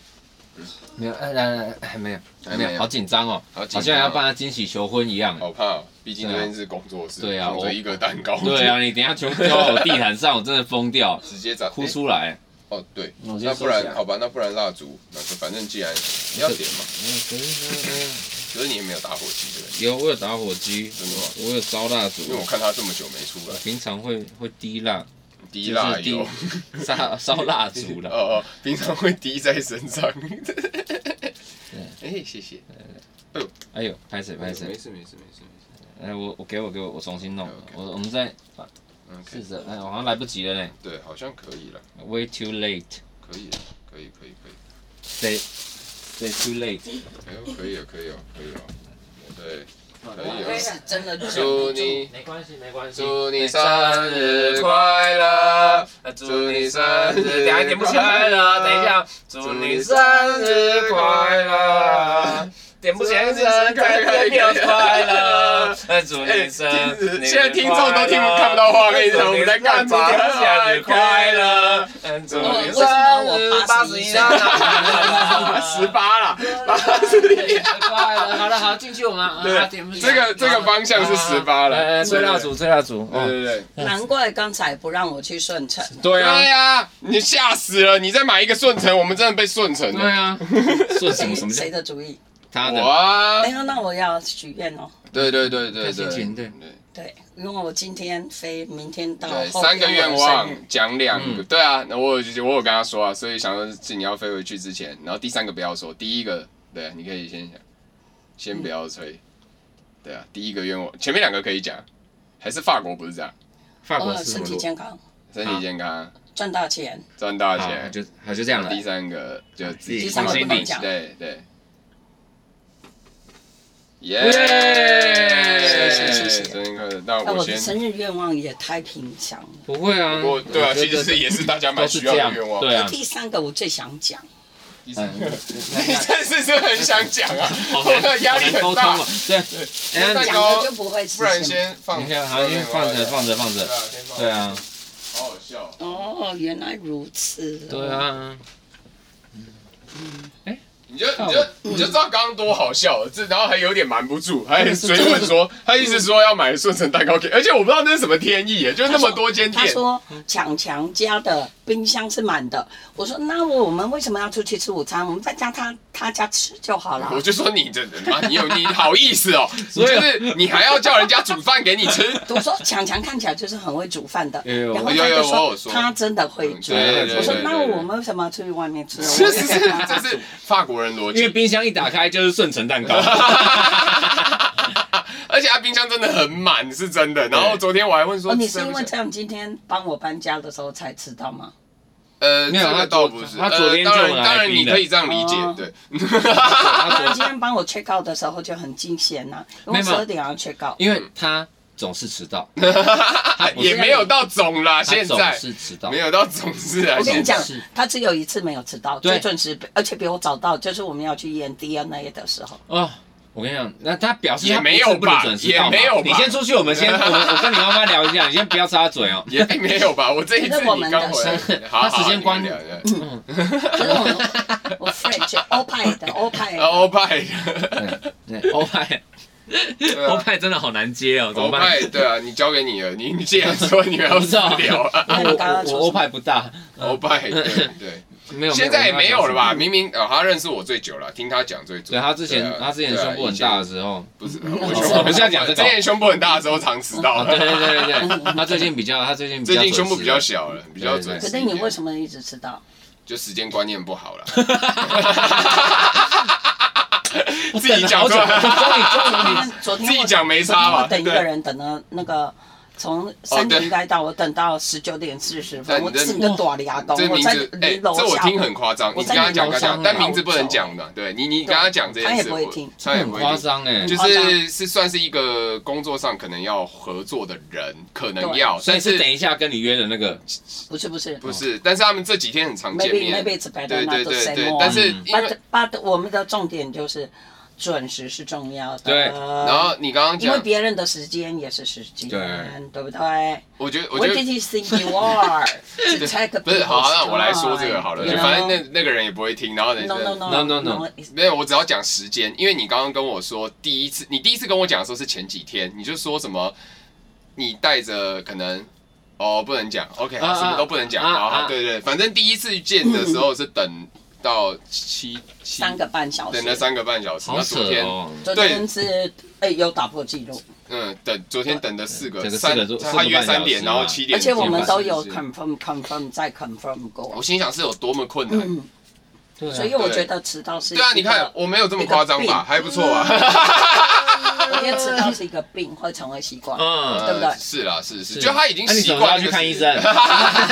Speaker 1: 没有，哎来来来，还没有，
Speaker 2: 还
Speaker 1: 没
Speaker 2: 没有
Speaker 1: 有，好紧张哦，
Speaker 2: 好紧
Speaker 1: 好
Speaker 2: 张哦
Speaker 1: 像要帮他惊喜求婚一样。
Speaker 2: 好怕、哦，毕竟那边是工作室，
Speaker 1: 对啊
Speaker 2: 捧着一个蛋糕，
Speaker 1: 对啊，你等一下全部掉到我地毯上，我真的疯掉，
Speaker 2: 直接砸
Speaker 1: 哭出来。
Speaker 2: 哦，对，
Speaker 1: 我
Speaker 2: 那
Speaker 1: 先
Speaker 2: 不
Speaker 1: 收起
Speaker 2: 然
Speaker 1: 来
Speaker 2: 好吧，那不然蜡烛，那就反正既然你要点嘛，
Speaker 1: 哎
Speaker 2: 可是你也没有打火机对不对？
Speaker 1: 有，我有打火机，
Speaker 2: 真的吗
Speaker 1: 我有烧蜡烛
Speaker 2: 因为我看他这么久没出来，
Speaker 1: 平常会会滴蜡，
Speaker 2: 滴蜡
Speaker 1: 滴
Speaker 2: 油，
Speaker 1: 烧烧蜡烛
Speaker 2: 哦
Speaker 1: 啦。
Speaker 2: 哦，平常会滴在身上。哎，谢谢。
Speaker 1: 哎呦，拍谁拍谁
Speaker 2: 没？事没事没事没
Speaker 1: 哎，我我给我给我，我重新弄
Speaker 2: OK，OK。
Speaker 1: 我我们再
Speaker 2: 事。
Speaker 1: 试着，
Speaker 2: OK，
Speaker 1: 哎，我好像来不及了呢
Speaker 2: 对，好像可以了，
Speaker 1: ，way too late，they
Speaker 2: 可以了，可以可以可以，
Speaker 1: they too late。
Speaker 2: 哎呦，可以了可以了可以了，对，可以
Speaker 4: 我也
Speaker 2: 了。
Speaker 4: 是真的忍
Speaker 2: 祝
Speaker 4: 不住。
Speaker 2: 你
Speaker 1: 没关系没关系
Speaker 2: 祝你生日快乐，祝你生
Speaker 1: 等一
Speaker 2: 日
Speaker 1: 下点不起来了，等一下，祝你生日快乐。点不起来，生日快乐！祝你生日，
Speaker 2: 现在听众都听不看不到画面，你知道我们在干嘛？
Speaker 1: 哎祝
Speaker 2: 哎
Speaker 1: 你生日快乐！祝
Speaker 4: 我
Speaker 1: 你
Speaker 4: 为
Speaker 1: 生
Speaker 4: 什么
Speaker 1: 日哎
Speaker 4: 我
Speaker 1: 八
Speaker 4: 八
Speaker 1: 十
Speaker 4: 十
Speaker 1: 一
Speaker 4: 一
Speaker 1: 岁
Speaker 4: 岁
Speaker 1: 啊！
Speaker 2: 十八啦，八十一。
Speaker 1: 快乐，好了好，进去我们啊
Speaker 2: 对
Speaker 1: 啊，点不起来
Speaker 2: 这个这个方向是十八
Speaker 1: 来来
Speaker 2: 了，
Speaker 1: 吹蜡烛，吹蜡烛，
Speaker 2: 对。
Speaker 1: 哦，
Speaker 2: 对对
Speaker 4: 难怪刚才不让我去顺城，
Speaker 1: 对
Speaker 2: 对
Speaker 1: 啊，
Speaker 2: 啊！你吓死了！你再买一个顺城，我们真的被顺城
Speaker 1: 对
Speaker 2: 了。
Speaker 1: 啊，顺什么什么叫
Speaker 4: 谁的主意？
Speaker 1: 他
Speaker 2: 啊
Speaker 1: 的
Speaker 2: 哇
Speaker 4: 哎！呀，那我要许愿哦。
Speaker 2: 对对对对
Speaker 1: 看心
Speaker 2: 对
Speaker 1: 情对
Speaker 4: 对，因为我今天飞，明天到
Speaker 2: 对，
Speaker 4: 哦后
Speaker 2: 三个
Speaker 4: 天
Speaker 2: 愿
Speaker 4: 我生日
Speaker 2: 望讲两个。
Speaker 1: 嗯
Speaker 2: 对啊，那我有我有跟他说啊，所以想说是你要飞回去之前，然后第三个不要说，第一个对，你可以先想，先不
Speaker 4: 嗯
Speaker 2: 要吹。对啊，第一个愿望前面两个可以讲，还是法国不是这样，
Speaker 1: 法国
Speaker 4: 呃，
Speaker 1: 是什
Speaker 4: 身
Speaker 1: 么
Speaker 4: 体
Speaker 1: 路？
Speaker 4: 健康，
Speaker 2: 身体健康，
Speaker 4: 赚大钱，
Speaker 2: 赚大
Speaker 1: 好，
Speaker 2: 钱
Speaker 1: 那。就好就这样了。
Speaker 2: 第三个就自己
Speaker 1: 第
Speaker 4: 三个不能讲
Speaker 2: 对对。耶！
Speaker 1: 耶
Speaker 4: 谢谢谢谢
Speaker 2: 生日快乐！那
Speaker 4: 那
Speaker 2: 我
Speaker 4: 我的
Speaker 2: 先，
Speaker 4: 生日愿望也太平常了。
Speaker 1: 不会啊，
Speaker 2: 我对啊，
Speaker 1: 觉
Speaker 2: 其
Speaker 1: 得
Speaker 2: 实是也是大家蛮
Speaker 1: 都是
Speaker 2: 需
Speaker 1: 这
Speaker 2: 要
Speaker 1: 样，
Speaker 2: 的愿望。
Speaker 1: 对啊。
Speaker 4: 第三个我最想讲，
Speaker 2: 第三
Speaker 1: 嗯
Speaker 2: 个，你 真是是很想讲啊，我的压力很
Speaker 1: 沟通
Speaker 2: 大
Speaker 1: 了。，对，哎，
Speaker 2: 蛋
Speaker 4: 讲
Speaker 2: 糕
Speaker 4: 了就不会实
Speaker 2: 不然
Speaker 4: 现。
Speaker 2: 先放，
Speaker 1: 你看，好，因为放着放着放着
Speaker 2: 对啊，先放着
Speaker 1: 对啊，
Speaker 2: 好好笑。
Speaker 4: 哦，原来如此。哦
Speaker 1: 对。啊，
Speaker 2: 你就你就你就知道刚刚多好笑了，这然后还有点瞒不住，还追问说，他意思说要买顺成蛋糕给，而且我不知道那是什么天意耶，就是那么多间
Speaker 4: 他
Speaker 2: 店，
Speaker 4: 说强强家的冰箱是满的，我说那我们为什么要出去吃午餐？我们在家他他家吃就好了。
Speaker 2: 我就说你这人妈，你有你好意 思哦，就是你还要叫人家煮饭给你吃，
Speaker 4: 我说强强看起来就是很会煮饭的，
Speaker 2: 哎
Speaker 1: 有有
Speaker 4: 然后
Speaker 2: 有
Speaker 4: 他
Speaker 2: 有
Speaker 4: 就
Speaker 2: 我有
Speaker 4: 说
Speaker 2: 说
Speaker 4: 他真的会煮。
Speaker 2: 对对对
Speaker 4: 我说
Speaker 2: 对
Speaker 4: 那
Speaker 2: 对
Speaker 4: 我们为什么要出去外面吃？
Speaker 2: 这是这是法国人逻
Speaker 1: 因为
Speaker 2: 辑，
Speaker 1: 冰箱一打开就是顺成蛋糕，
Speaker 2: 而且他冰箱真的很满，是真的。然后昨天我还问说，
Speaker 4: 哦，你是因
Speaker 2: 吃
Speaker 4: 为
Speaker 2: 不吃
Speaker 4: 这样今天帮我搬家的时候才知道吗？
Speaker 2: 呃，
Speaker 1: 没有
Speaker 2: 这个
Speaker 1: 他
Speaker 2: 倒
Speaker 1: 昨
Speaker 2: 不是，
Speaker 1: 他昨天
Speaker 2: 呃当
Speaker 1: 就
Speaker 2: 然
Speaker 1: 来
Speaker 2: 当然
Speaker 1: 宾
Speaker 2: 你
Speaker 1: 了
Speaker 2: 可以这样理解
Speaker 4: 哦，
Speaker 2: 对，
Speaker 4: 他今天帮我 check out 的时候就很惊险呐，因
Speaker 1: 没
Speaker 4: 为
Speaker 1: 有
Speaker 4: 十二点要 check out。
Speaker 1: 因为他总是迟到，不是
Speaker 2: 啊
Speaker 1: 啊
Speaker 2: 也没有到总啦，
Speaker 1: 他
Speaker 2: 现
Speaker 1: 总
Speaker 2: 在
Speaker 1: 是迟到
Speaker 2: 没。有到总是啊，
Speaker 4: 我跟你
Speaker 2: 现在
Speaker 4: 讲
Speaker 1: 是，
Speaker 4: 他只有一次没有迟到，
Speaker 1: 对
Speaker 4: 最准时，而且比我早到，就是我们要去验 DNA 的时 候。
Speaker 1: 哦，我跟你讲，那他表示
Speaker 2: 也
Speaker 1: 他不
Speaker 2: 没
Speaker 1: 是
Speaker 2: 有
Speaker 1: 不能
Speaker 2: 吧
Speaker 1: 准时到嘛
Speaker 2: 也没有吧
Speaker 1: 你先出去，我们 先我我跟你妈妈聊一下，你先不要插嘴哦。
Speaker 2: 也并没有吧？我这一次
Speaker 4: 那我
Speaker 2: 你
Speaker 4: 们
Speaker 2: 刚
Speaker 4: 的嗯
Speaker 2: 回来
Speaker 4: 生，
Speaker 2: 好好
Speaker 1: 他时间观
Speaker 2: 你
Speaker 1: 念
Speaker 2: 们聊一下
Speaker 4: 可是我我 French 欧派的 欧派
Speaker 2: 啊
Speaker 4: 的，
Speaker 2: 欧派，
Speaker 1: 对欧派，
Speaker 2: 对啊
Speaker 1: 欧派真的好难接 哦，怎
Speaker 2: 欧
Speaker 1: 么办
Speaker 2: 派？对啊，你交给你了，你你既然说你们要
Speaker 1: 我 不知道
Speaker 2: 私聊啊，
Speaker 4: 那
Speaker 1: 我
Speaker 4: 你刚刚
Speaker 1: 我我
Speaker 4: 说
Speaker 1: 欧
Speaker 4: 什么
Speaker 1: 派不大，
Speaker 2: 欧派 对对，
Speaker 1: 没有，
Speaker 2: 现在也没有了吧？
Speaker 1: 没
Speaker 2: 明明哦，他认识我最久了，听他讲最久。
Speaker 1: 对他之前
Speaker 2: 对啊
Speaker 1: 他之前胸部很大的，时候，
Speaker 2: 对 啊以前不是我
Speaker 1: 哦
Speaker 2: 胸部
Speaker 1: 我们现在讲这个
Speaker 2: 之前胸部很大的时候常迟到
Speaker 1: 啊，对对对对对，他最近比较他最近比较
Speaker 2: 最近
Speaker 1: 准时
Speaker 2: 胸部比较小了，比较
Speaker 1: 对
Speaker 2: 准
Speaker 4: 可
Speaker 2: 时一点。
Speaker 4: 是你为什么一直迟到？
Speaker 2: 就时间观念不 好了？自己讲
Speaker 1: 我
Speaker 2: 出
Speaker 1: 等了好
Speaker 2: 来，
Speaker 1: 久终于终于
Speaker 2: 哦
Speaker 4: 因为昨天
Speaker 2: 自己
Speaker 4: 我
Speaker 2: 讲没差吧
Speaker 4: 昨天我等一个人等了那个。从三点该到，我等到十九点四十
Speaker 2: 但
Speaker 4: 分，
Speaker 2: 哦你
Speaker 4: 我
Speaker 2: 这
Speaker 4: 整个大牙工，
Speaker 2: 这
Speaker 4: 我
Speaker 2: 名
Speaker 4: 在
Speaker 2: 字哎，
Speaker 4: 离楼
Speaker 2: 这我
Speaker 4: 下，
Speaker 2: 听很夸张。你
Speaker 4: 我
Speaker 2: 跟
Speaker 4: 在
Speaker 2: 他讲
Speaker 1: 你
Speaker 2: 刚
Speaker 1: 楼上
Speaker 2: 讲，但
Speaker 1: 哎
Speaker 2: 名字不能讲的。对你，你
Speaker 4: 对
Speaker 2: 跟他讲这件
Speaker 4: 他
Speaker 2: 事，
Speaker 4: 也不会听嗯
Speaker 2: 我他也
Speaker 1: 很
Speaker 2: 不会
Speaker 1: 夸
Speaker 2: 听。
Speaker 1: 张哎，
Speaker 2: 就
Speaker 4: 夸张
Speaker 2: 是是算是一个工作上可能要合作的人，可能
Speaker 4: 对
Speaker 2: 要，
Speaker 1: 所以
Speaker 2: 但
Speaker 1: 是
Speaker 2: 是
Speaker 1: 等一下跟你约的那个，
Speaker 4: 不是不是
Speaker 2: 不是？但是他们这几天很常见
Speaker 4: Maybe-
Speaker 2: 面，
Speaker 4: maybe it's better
Speaker 2: 对
Speaker 4: not
Speaker 2: 对
Speaker 4: to
Speaker 2: 对
Speaker 4: say
Speaker 2: 对
Speaker 4: more.。
Speaker 2: 但是因为
Speaker 4: ，but but 我们的重点就是准时是重要的，
Speaker 1: 对
Speaker 2: 然
Speaker 4: 然
Speaker 2: 后你刚刚
Speaker 4: 因为
Speaker 2: 讲，
Speaker 4: 别人的时间也是时间，
Speaker 1: 对
Speaker 4: 对不对
Speaker 2: 我觉得我觉
Speaker 4: ？What
Speaker 2: 得
Speaker 4: did you think you are to take？
Speaker 2: 不是好，那我来说这个好了，
Speaker 4: 就
Speaker 2: 反正那那个人也不会听，然后人
Speaker 4: no no
Speaker 1: No, no,
Speaker 4: no
Speaker 1: no.
Speaker 2: 没有，我只要讲时间，因为你刚刚跟我说第一次，你第一次跟我讲的时候是前几天，你就说什么，你带着可能。哦，不能讲，OK，好
Speaker 1: 啊
Speaker 2: 什么都不能讲，
Speaker 1: 啊
Speaker 2: 好
Speaker 1: 啊
Speaker 2: 好，对对，反正第一次见的时候是等到七七
Speaker 4: 三个半小时
Speaker 2: 等，了三个半小时，
Speaker 1: 好
Speaker 2: 那
Speaker 1: 扯
Speaker 2: 昨天，
Speaker 1: 哦，
Speaker 4: 昨天是哎有打破记录，
Speaker 2: 嗯，等昨天等了四个
Speaker 1: 整个四
Speaker 2: 三
Speaker 1: 个多，四个
Speaker 2: 他约
Speaker 1: 半小时啊
Speaker 2: 三点，然后
Speaker 1: 嘛
Speaker 2: 七点，
Speaker 4: 而且我们都
Speaker 2: 七点半
Speaker 4: 有
Speaker 2: 是不是
Speaker 4: confirm confirm 再 confirm 过
Speaker 2: 我，心想是有多么困
Speaker 4: 嗯
Speaker 2: 难，
Speaker 1: 对啊
Speaker 4: 所以我觉得迟到是
Speaker 2: 对啊，你
Speaker 4: 一
Speaker 2: 看
Speaker 4: 个
Speaker 2: 我没有这么夸张
Speaker 4: 一个
Speaker 2: 吧，
Speaker 4: 病
Speaker 2: 还不错吧。
Speaker 4: 我觉得迟到是一个病，会成为习 惯，
Speaker 1: 嗯，
Speaker 4: 对不对
Speaker 2: 呃是啦，是是，就他已经
Speaker 1: 那你
Speaker 2: 习
Speaker 1: 什么时候
Speaker 2: 惯
Speaker 1: 要去看医
Speaker 2: 生，
Speaker 1: 生？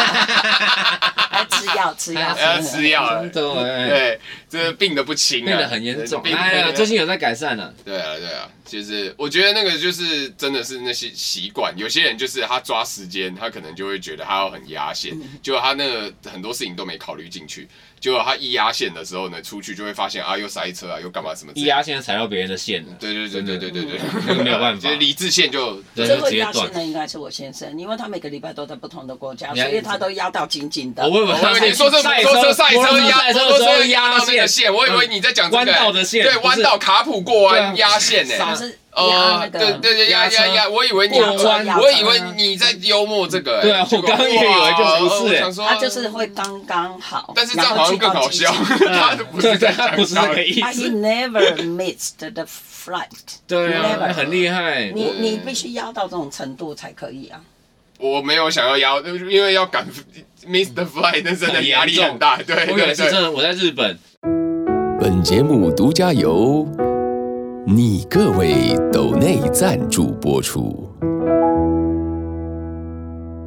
Speaker 4: 哎，吃药吃药
Speaker 2: 要吃药了
Speaker 1: 真。的哎，
Speaker 2: 对，这病的不轻啊，
Speaker 1: 病得很严重，
Speaker 2: 病得
Speaker 1: 哎呀，最近有在改善了，
Speaker 2: 对啊对啊，就是我觉得那个就是真的是那些习惯，有些人就是他抓时间，他可能就会觉得他要很压线，
Speaker 4: 嗯
Speaker 2: 结果他那个很多事情都没考虑进去，结果他一压线的时候呢，出去就会发现啊又塞车啊又干嘛什么之
Speaker 1: 一
Speaker 2: 类的，
Speaker 1: 压现在踩到别人的线了，
Speaker 2: 对对对对对对对，
Speaker 1: 那个没有办法
Speaker 2: 就是理智线就
Speaker 1: 对，
Speaker 4: 最
Speaker 1: 就
Speaker 4: 后
Speaker 1: 直接
Speaker 4: 压线
Speaker 1: 断。
Speaker 4: 的应该是我先生，因为他每个礼拜都在不同的国家，
Speaker 1: 你还
Speaker 4: 所以他都压到紧紧的。
Speaker 1: 我以为
Speaker 2: 我以为你说这
Speaker 1: 赛
Speaker 2: 摩托车赛
Speaker 1: 摩托
Speaker 2: 车
Speaker 1: 车
Speaker 2: 压
Speaker 1: 赛
Speaker 2: 摩
Speaker 1: 车的
Speaker 2: 托
Speaker 1: 时
Speaker 2: 车
Speaker 1: 候
Speaker 2: 压到那个线，我以为你在讲这个
Speaker 1: 嗯弯道的线
Speaker 2: 对，
Speaker 1: 不是
Speaker 2: 弯道卡普过弯
Speaker 1: 对啊
Speaker 2: 压线呢。
Speaker 4: 他是压
Speaker 2: 哦
Speaker 4: 那，个，
Speaker 2: 对对对，
Speaker 1: 压
Speaker 2: 压压
Speaker 1: 车
Speaker 2: 压，我以为你
Speaker 1: 过嗯
Speaker 4: 弯
Speaker 2: 我以为你在幽默这个。欸
Speaker 1: 对啊
Speaker 2: 结果
Speaker 1: 我刚也以为就是不
Speaker 2: 哇呃
Speaker 1: 是欸
Speaker 2: 我想说
Speaker 4: 他就是会刚刚好。
Speaker 2: 但是这样好像更好笑，
Speaker 4: 然后 去到极致
Speaker 2: 他都不是在
Speaker 1: 嗯他
Speaker 2: 讲
Speaker 1: 不是这个意
Speaker 4: 啊，he
Speaker 1: 思，
Speaker 4: never missed the flight。
Speaker 1: 对啊，
Speaker 4: Never
Speaker 1: 很厉害，
Speaker 4: 你你必须压到这种程度才可以啊！
Speaker 2: 我没有想要压，因为要赶 miss the flight，那真的
Speaker 1: 很严
Speaker 2: 压力
Speaker 1: 重
Speaker 2: 很大。对，
Speaker 1: 我有一
Speaker 2: 对
Speaker 1: 次
Speaker 2: 对
Speaker 1: 真的我在日本，
Speaker 6: 本节目独家由你各位抖内赞助播出。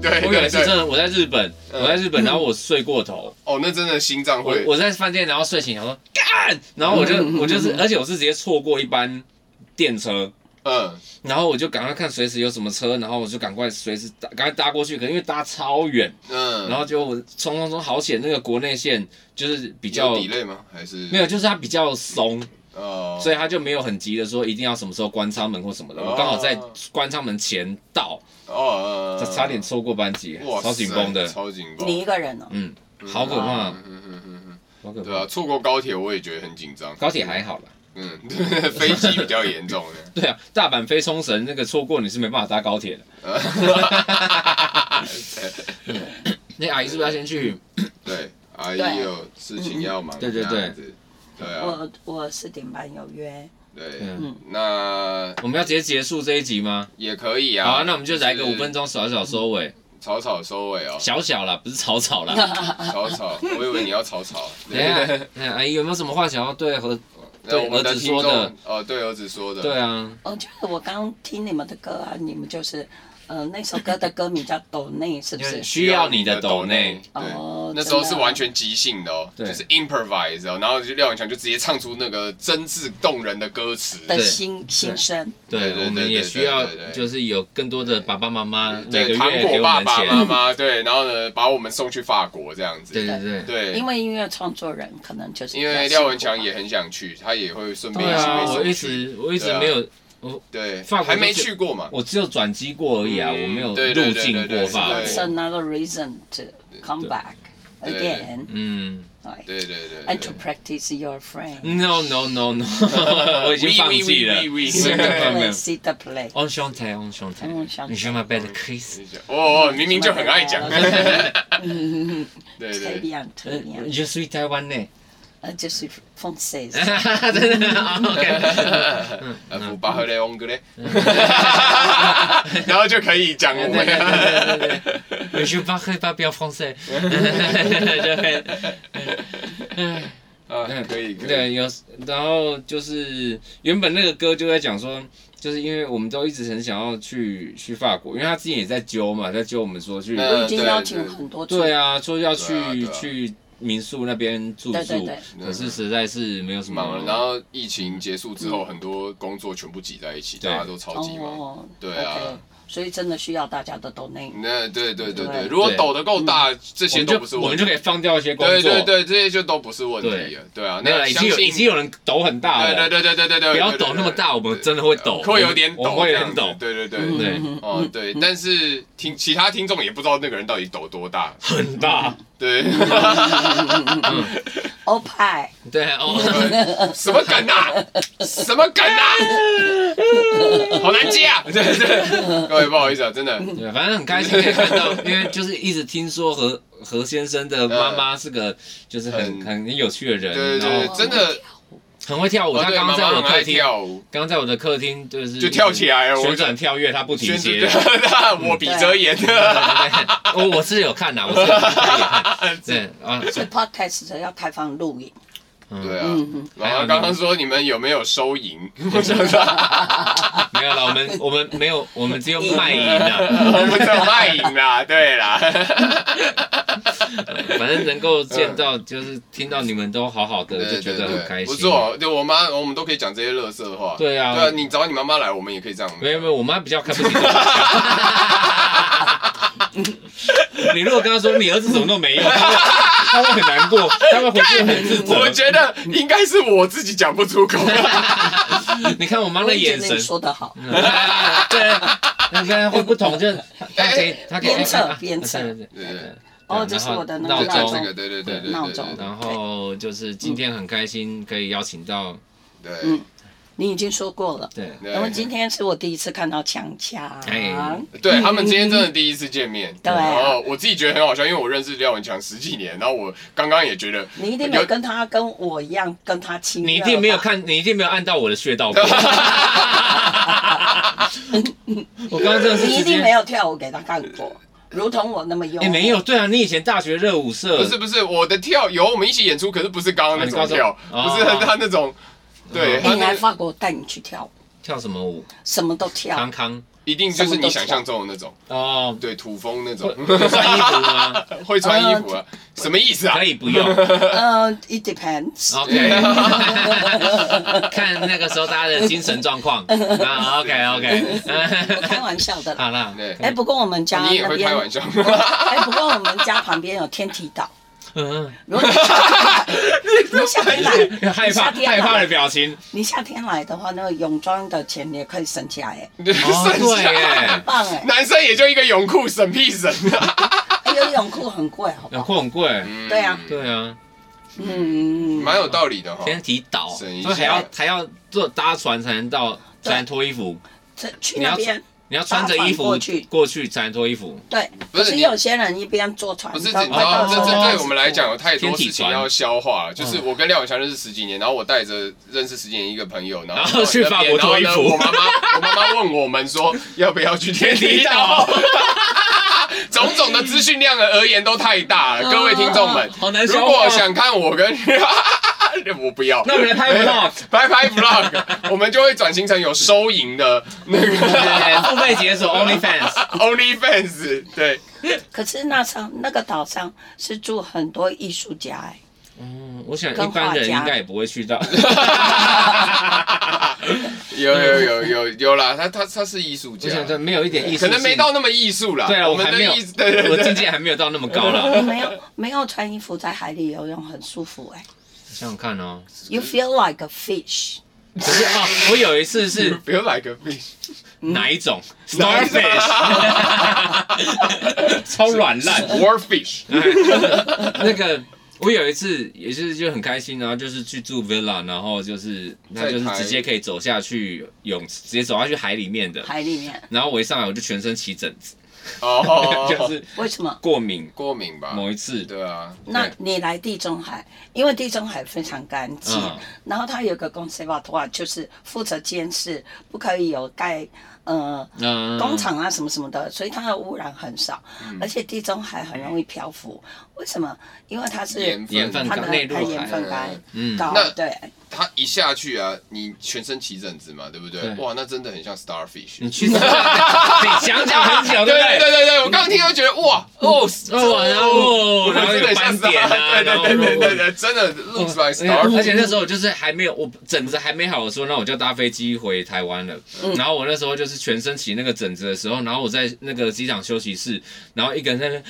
Speaker 2: 对
Speaker 1: 我有一
Speaker 2: 对
Speaker 1: 次真
Speaker 2: 对，
Speaker 1: 的我在日本，我在日本，然后我睡过头，
Speaker 2: 哦，那真的心脏
Speaker 1: 我
Speaker 2: 会
Speaker 1: 我在饭店，然后睡醒，想说干，然后我就我就是，而且我是直接错过一班电车，
Speaker 2: 嗯，
Speaker 1: 然后我就赶快看随时有什么车，然后我就赶快随时搭，赶快搭过去，可能因为搭超远，
Speaker 2: 嗯，
Speaker 1: 然后就我冲冲冲好险，那个国内线就是比
Speaker 2: 比
Speaker 1: 较
Speaker 2: delay 吗？还是
Speaker 1: 没有，就是它比较松，
Speaker 2: 哦，
Speaker 1: 所以他就没有很急的说一定要什么时候关舱门或什么的，我刚好在
Speaker 2: 哦
Speaker 1: 关舱门前到，
Speaker 2: 哦，
Speaker 1: 差
Speaker 2: 嗯
Speaker 1: 差点错过班机，
Speaker 2: 哇塞，
Speaker 1: 超紧绷的，
Speaker 2: 超紧绷。
Speaker 4: 你一个人哦，
Speaker 1: 嗯，好可怕，
Speaker 2: 嗯嗯嗯嗯，
Speaker 1: 好可
Speaker 2: 对啊，
Speaker 1: 怕。
Speaker 2: 错过高铁我也觉得很紧 张。
Speaker 1: 高铁还好啦，
Speaker 2: 嗯， 飞机比较严重的。
Speaker 1: 对啊，大阪飞冲绳那个错过你是没办法搭高铁的。那阿姨是不是要先
Speaker 2: 嗯
Speaker 1: 去？
Speaker 2: 对，阿姨有事情要忙。
Speaker 1: 对对嗯对
Speaker 2: 这样子对啊，
Speaker 4: 啊我我四点半有约，
Speaker 2: 对，
Speaker 1: 嗯，
Speaker 2: 那
Speaker 1: 我们要直接结束这一集吗？
Speaker 2: 也可以啊。
Speaker 1: 好啊，那我们就来个五分
Speaker 2: 钟，
Speaker 1: 钟小小收尾，
Speaker 2: 草草收尾哦，
Speaker 1: 小小啦，不是草草 啦。
Speaker 2: 草 草。我以为你要草草。
Speaker 1: 等一下，等一下阿姨有没有什么话想要对和？
Speaker 2: 那我们的听
Speaker 1: 对儿子说的
Speaker 2: 众哦，对儿子说的，
Speaker 1: 对啊，
Speaker 4: 我觉得我刚听你们的歌啊，你们就是呃，那首歌的歌名叫《抖内》，是不
Speaker 1: 就是
Speaker 4: 是？
Speaker 1: 需要你的抖内
Speaker 2: 内，。对，
Speaker 4: 哦，
Speaker 2: 那时候
Speaker 4: 真
Speaker 1: 啊
Speaker 2: 是
Speaker 4: 的
Speaker 2: 完全即兴的哦，
Speaker 1: 对
Speaker 2: 就是 improvise 哦，然后就廖永强就直接唱出那个真挚动人的歌词，
Speaker 4: 的
Speaker 1: 对
Speaker 4: 心心声，
Speaker 2: 对
Speaker 1: 对，
Speaker 2: 对
Speaker 1: 我们
Speaker 2: 对
Speaker 1: 也
Speaker 2: 对
Speaker 1: 需
Speaker 2: 对
Speaker 1: 要
Speaker 2: 对对
Speaker 1: 就是有更多的爸爸妈妈每个
Speaker 2: 对，糖
Speaker 1: 月给
Speaker 2: 果
Speaker 1: 我
Speaker 2: 爸
Speaker 1: 们
Speaker 2: 爸妈
Speaker 1: 钱，
Speaker 2: 妈，对，然后呢，把我们送去法国这样子，
Speaker 1: 对对对。
Speaker 2: 对，
Speaker 4: 因为音乐创作人可能就是
Speaker 2: 因为
Speaker 4: 比较
Speaker 2: 廖文
Speaker 4: 辛苦
Speaker 2: 强也很想去，他也会顺便
Speaker 1: 对
Speaker 2: 一起
Speaker 1: 啊，
Speaker 2: 被
Speaker 1: 我
Speaker 2: 送
Speaker 1: 一
Speaker 2: 去。
Speaker 1: 直我一直
Speaker 2: 对啊
Speaker 1: 没有，
Speaker 2: 对，
Speaker 1: 法国
Speaker 2: 还没
Speaker 1: 就是
Speaker 2: 去过嘛。
Speaker 1: 我只有转机过而已啊，
Speaker 2: 嗯
Speaker 1: 我没有
Speaker 2: 对对
Speaker 1: 入
Speaker 2: 对
Speaker 1: 境
Speaker 2: 对对
Speaker 1: 过法
Speaker 2: 对
Speaker 4: 吧。It's
Speaker 1: 国。
Speaker 4: another reason to come back
Speaker 2: 对 Mm.
Speaker 4: again,
Speaker 1: 嗯
Speaker 4: 对
Speaker 2: 对对对
Speaker 4: ，and to
Speaker 2: 对
Speaker 4: practice your
Speaker 2: Mm.
Speaker 4: friend.
Speaker 1: ，No No No No，我 已经放弃了。
Speaker 2: We, we, we, we, we.
Speaker 1: 真的没有没有
Speaker 4: See the play.
Speaker 2: Oh,
Speaker 1: On 兄台，On 兄台，
Speaker 2: 嗯
Speaker 4: On 兄台
Speaker 1: 你是 my bad Chris。
Speaker 2: 哦，哦明明就很爱讲。对
Speaker 4: 特
Speaker 2: 对，
Speaker 4: 亮特亮，
Speaker 1: You s w e e 台湾呢？
Speaker 4: 呃，就是 讽刺。
Speaker 1: 真的啊，OK。
Speaker 2: 嗯呃，巴赫雷 翁格嘞， 然后就可以讲我
Speaker 1: 对对
Speaker 2: 们。
Speaker 1: 对对对对，je parle pas bien français，就很，
Speaker 2: 啊，可以可以。
Speaker 1: 对，有，然后就是原本那个歌就在讲说，就是因为我们都一直很想要去去法国，因为他之前也在揪嘛，在揪我们说去，
Speaker 2: 嗯
Speaker 4: 已经邀请很多次，
Speaker 1: 对啊，说要去、
Speaker 2: 对啊对啊
Speaker 1: 去民宿那边住
Speaker 4: 对
Speaker 1: 宿，
Speaker 4: 对对
Speaker 1: 可是实在是没有什么
Speaker 2: 忙了，然后疫情结束之后，很多工作全部挤在一起，
Speaker 1: 对
Speaker 2: 大家都超级忙。
Speaker 4: 哦，
Speaker 2: 对啊
Speaker 4: OK，所以真的需要大家的 donate。
Speaker 2: 那对对对对，
Speaker 4: 对
Speaker 2: 如果抖得够大，这
Speaker 1: 我
Speaker 2: 些
Speaker 1: 们
Speaker 2: 都不是
Speaker 1: 就我们就可以放掉一些工作，
Speaker 2: 对对对，这些就都不是问题了。对啊，
Speaker 1: 没有
Speaker 2: 那
Speaker 1: 了，已
Speaker 2: 相
Speaker 1: 经有已
Speaker 2: 信
Speaker 1: 经有人抖很大了，
Speaker 2: 对对对对对对，
Speaker 1: 不要抖那么大，我们真的会抖，
Speaker 2: 会有点
Speaker 1: 我
Speaker 2: 抖，
Speaker 1: 们会有点抖，
Speaker 2: 对对
Speaker 1: 对
Speaker 2: 对对。哦，对，但是听其他听众也不知道那个人到底抖多大，
Speaker 1: 很 大，
Speaker 2: 对，
Speaker 4: 欧派，
Speaker 1: 对哦，
Speaker 2: 什么梗啊，什么梗 啊，好难接 啊，对对，各位不好意思啊，真的，
Speaker 1: 对，反正很开心可以看到，因为就是一直听说何何先生的妈妈是个就是很
Speaker 2: 嗯
Speaker 1: 很有趣的人，
Speaker 2: 对对
Speaker 1: 然
Speaker 2: 对
Speaker 1: 后，
Speaker 2: 真的，
Speaker 1: 很会跳舞，
Speaker 2: 哦
Speaker 1: 他
Speaker 2: 对，
Speaker 1: 刚
Speaker 2: 妈
Speaker 1: 刚在
Speaker 2: 妈
Speaker 1: 我
Speaker 2: 很
Speaker 1: 客
Speaker 2: 爱
Speaker 1: 厅，
Speaker 2: 跳舞，
Speaker 1: 刚刚在我的客厅就是
Speaker 2: 就跳起来了我
Speaker 1: 旋转跳跃，他不停
Speaker 2: 宣
Speaker 1: 歇。 哦
Speaker 2: 誓，我比遮眼，
Speaker 1: 我我是有看呐，我是有看，对啊，
Speaker 4: 所以 podcast 要开放录影，
Speaker 2: 对啊，
Speaker 4: 嗯，
Speaker 2: 然后刚刚说你们有没有收 银，我想说
Speaker 1: 没有啦，我们我们没有，我们只有卖淫啊，
Speaker 2: 我们只有卖淫啦， 对 啦，
Speaker 1: 反正能够见到就是听到你们都好好的，就觉得很开心。
Speaker 2: 不错，就我妈，我们都可以讲这些乐色话。
Speaker 1: 对啊
Speaker 2: 对啊，你找你妈妈来，我们也可以这样。
Speaker 1: 没有没有，我妈比较看不起我。 你如果跟她说你儿子怎么都没有，她会她会很难过，她会回去很自
Speaker 2: 我
Speaker 1: 责。
Speaker 2: 觉得应该是我自己讲不出口。
Speaker 1: 你看我妈
Speaker 4: 我
Speaker 1: 的
Speaker 4: 觉
Speaker 1: 眼
Speaker 4: 得你
Speaker 1: 神，
Speaker 4: 说的好，
Speaker 1: 对，你看会不同，就是她可以她可以
Speaker 4: 鞭策鞭策
Speaker 1: 对对对
Speaker 2: 对对
Speaker 4: 哦，这是我的那
Speaker 1: 闹
Speaker 4: 个
Speaker 2: 这
Speaker 1: 钟
Speaker 2: 个这个，对对对对
Speaker 4: 闹
Speaker 2: 对
Speaker 4: 钟
Speaker 1: 然后就是今天很开心可以邀请到，
Speaker 2: 对
Speaker 4: 嗯你已经说过了。
Speaker 1: 对，
Speaker 2: 对
Speaker 4: 然后今天是我第一次看到强强，
Speaker 1: 哎
Speaker 2: 对他们今天真的第一次见面。
Speaker 4: 对啊
Speaker 2: 然后我自己觉得很好笑，因为我认识廖文强十几年，然后我刚刚也觉得
Speaker 4: 你一定没有跟他跟我一样跟他亲热吧，
Speaker 1: 你一定没有看，你一定没有按到我的穴道过。我刚刚真的是
Speaker 4: 你一
Speaker 1: 直
Speaker 4: 定
Speaker 1: 接
Speaker 4: 没有跳舞给他看过，如同我那么优
Speaker 1: 哎、
Speaker 4: 美。
Speaker 1: 没有，对啊，你以前大学热舞社
Speaker 2: 不是不是我的跳有我们一起演出，可是不是刚刚那
Speaker 1: 啊
Speaker 2: 种
Speaker 1: 你
Speaker 2: 跳
Speaker 1: 高，中
Speaker 2: 不是
Speaker 1: 哦嗯
Speaker 2: 他那种，对
Speaker 4: 哎
Speaker 2: 他
Speaker 4: 你来
Speaker 2: 那
Speaker 4: 法国，我带你去跳舞，
Speaker 1: 跳什么舞？
Speaker 4: 什么都跳
Speaker 1: 康。康
Speaker 2: 一定就是你想象中的那种，
Speaker 4: 啊
Speaker 1: 哦，
Speaker 2: 对土风那种，
Speaker 1: 穿衣服吗？
Speaker 2: 会穿衣服啊？
Speaker 4: 嗯
Speaker 2: 什么意思啊
Speaker 1: 可？以不用。
Speaker 4: 呃，it
Speaker 1: 啊
Speaker 4: depends。
Speaker 1: OK，看那个时候大家的精神状况。啊，OK OK，
Speaker 4: 我开玩笑的啦。
Speaker 1: 好啦，
Speaker 2: 对，
Speaker 4: 哎，不过我们家
Speaker 2: 啊你也
Speaker 4: 那
Speaker 2: 会开玩
Speaker 4: 边，
Speaker 2: 笑。
Speaker 4: 哎， 不过我们家旁边有天体岛。
Speaker 1: 嗯，
Speaker 4: 如果你夏天来，如果夏天 来，
Speaker 1: 害
Speaker 4: 你
Speaker 1: 怕
Speaker 4: 夏天
Speaker 1: 害怕的
Speaker 4: 来，
Speaker 1: 表情。
Speaker 4: 你夏天来的话，那个泳装的钱也可以省起来，哎，
Speaker 1: 哦，对耶
Speaker 4: 很，棒哎。
Speaker 2: 男生也就一个泳裤，省屁省啊！
Speaker 4: 哎，有泳裤很贵，哦好不
Speaker 1: 有
Speaker 4: 好？
Speaker 1: 裤很贵。
Speaker 2: 嗯
Speaker 4: 对啊，
Speaker 1: 对啊，
Speaker 4: 嗯，
Speaker 2: 蛮有道理的哈。
Speaker 1: 天体岛，所
Speaker 2: 省一
Speaker 1: 以
Speaker 2: 下
Speaker 1: 还要还要坐搭船才能到，
Speaker 4: 对
Speaker 1: 才能脱衣服。
Speaker 4: 这去那边。
Speaker 1: 你要穿着衣服
Speaker 4: 搭船过去
Speaker 1: 过去才能脱衣服。
Speaker 4: 对，
Speaker 2: 不是
Speaker 4: 可是
Speaker 2: 你
Speaker 4: 有些人一边坐船，
Speaker 2: 不是，你知
Speaker 4: 到快
Speaker 2: 道
Speaker 4: 到
Speaker 2: 这
Speaker 4: 时候
Speaker 2: 这
Speaker 4: 再
Speaker 2: 对
Speaker 4: 去
Speaker 2: 我们来讲
Speaker 4: 坐
Speaker 2: 有太多事情要消化了。
Speaker 1: 天体
Speaker 2: 就
Speaker 1: 船啊
Speaker 2: 是我跟廖永强认识十几年，然后我带着认识十几年一个朋友，然后
Speaker 1: 然后 去法国脱衣服
Speaker 2: 然后呢我妈妈，我妈妈问我们说要不要去天体岛。 种种的资讯量而言都太大了，各位听众们
Speaker 1: 啊好难，消
Speaker 2: 如
Speaker 1: 化
Speaker 2: 果想看我跟 我不要。
Speaker 1: 那我们来拍
Speaker 2: 没有
Speaker 1: vlog
Speaker 2: 拍拍 vlog，我们就会转型成有收银的 那
Speaker 1: 对，
Speaker 2: 个
Speaker 1: 付费解锁 OnlyFans，
Speaker 2: OnlyFans，对，
Speaker 4: 可是那上那个岛上是住很多艺术家 哎、
Speaker 1: 嗯我想
Speaker 4: 跟
Speaker 1: 一般
Speaker 4: 画
Speaker 1: 人
Speaker 4: 家
Speaker 1: 应该也不会去到。
Speaker 2: 有有有有有啦，他他他是艺术
Speaker 1: 我
Speaker 2: 家，
Speaker 1: 想说没有一点艺术性，
Speaker 2: 可能没到那么艺术啦。
Speaker 1: 对啊，
Speaker 2: 我
Speaker 1: 我
Speaker 2: 们
Speaker 1: 还没有，
Speaker 2: 的艺术，对对
Speaker 1: 我
Speaker 2: 对
Speaker 1: 境界还没有到那么高 了。
Speaker 4: 没有没有穿衣服在海里游泳很舒服哎、
Speaker 1: 想想看哦，
Speaker 4: You feel like a fish。
Speaker 1: 可是啊，我有一次是
Speaker 2: feel like a fish，
Speaker 1: 哪一种
Speaker 2: 哪一种
Speaker 1: starfish，超软烂。
Speaker 2: warfish，
Speaker 1: 哎那个我有一次也是就很开心，然后就是去住 villa，然后就是那就是
Speaker 2: 在台
Speaker 1: 直接可以走下去泳池，直接走下去海里面的。
Speaker 4: 海里面
Speaker 1: 然后我一上来我就全身起疹子，
Speaker 2: 哦，
Speaker 1: 就是
Speaker 4: 为什么？
Speaker 1: 过敏。
Speaker 2: 过敏吧？
Speaker 1: 某一次，
Speaker 2: 对啊，
Speaker 4: 那
Speaker 2: 对
Speaker 4: 你来地中海，因为地中海非常干净，
Speaker 1: 嗯
Speaker 4: 然后它有个 conservatoire，就是负责监视，不可以有盖呃
Speaker 1: 嗯，
Speaker 4: 工厂啊什么什么的，所以它的污染很少，而且地中海很容易漂浮。为什么？因为它是
Speaker 2: 盐
Speaker 1: 盐分
Speaker 4: 它
Speaker 1: 高
Speaker 4: 的
Speaker 1: 内陆
Speaker 4: 它
Speaker 1: 海
Speaker 4: 盐分高
Speaker 1: 嗯
Speaker 4: 高
Speaker 2: 那
Speaker 4: 对。
Speaker 2: 他一下去啊，你全身起疹子嘛，对不对？
Speaker 1: 对
Speaker 2: 哇，那真的很像 starfish。
Speaker 1: 你去死， 你想讲很久，不
Speaker 2: 对对对对对，我刚刚听到觉得哇哦
Speaker 1: 哦然后然后
Speaker 2: 真
Speaker 1: 有
Speaker 2: 的
Speaker 1: 斑
Speaker 2: 像
Speaker 1: 点啊，
Speaker 2: 对
Speaker 1: 然后
Speaker 2: 对对对对对，真的 looks like
Speaker 1: 而且
Speaker 2: starfish。
Speaker 1: 那时候就是还没有，我疹子还没好的时候，那我就搭飞机回台湾了。
Speaker 2: 嗯
Speaker 1: 然后我那时候就是全身起那个疹子的时候，然后我在那个机场休息室，然后一个人在那边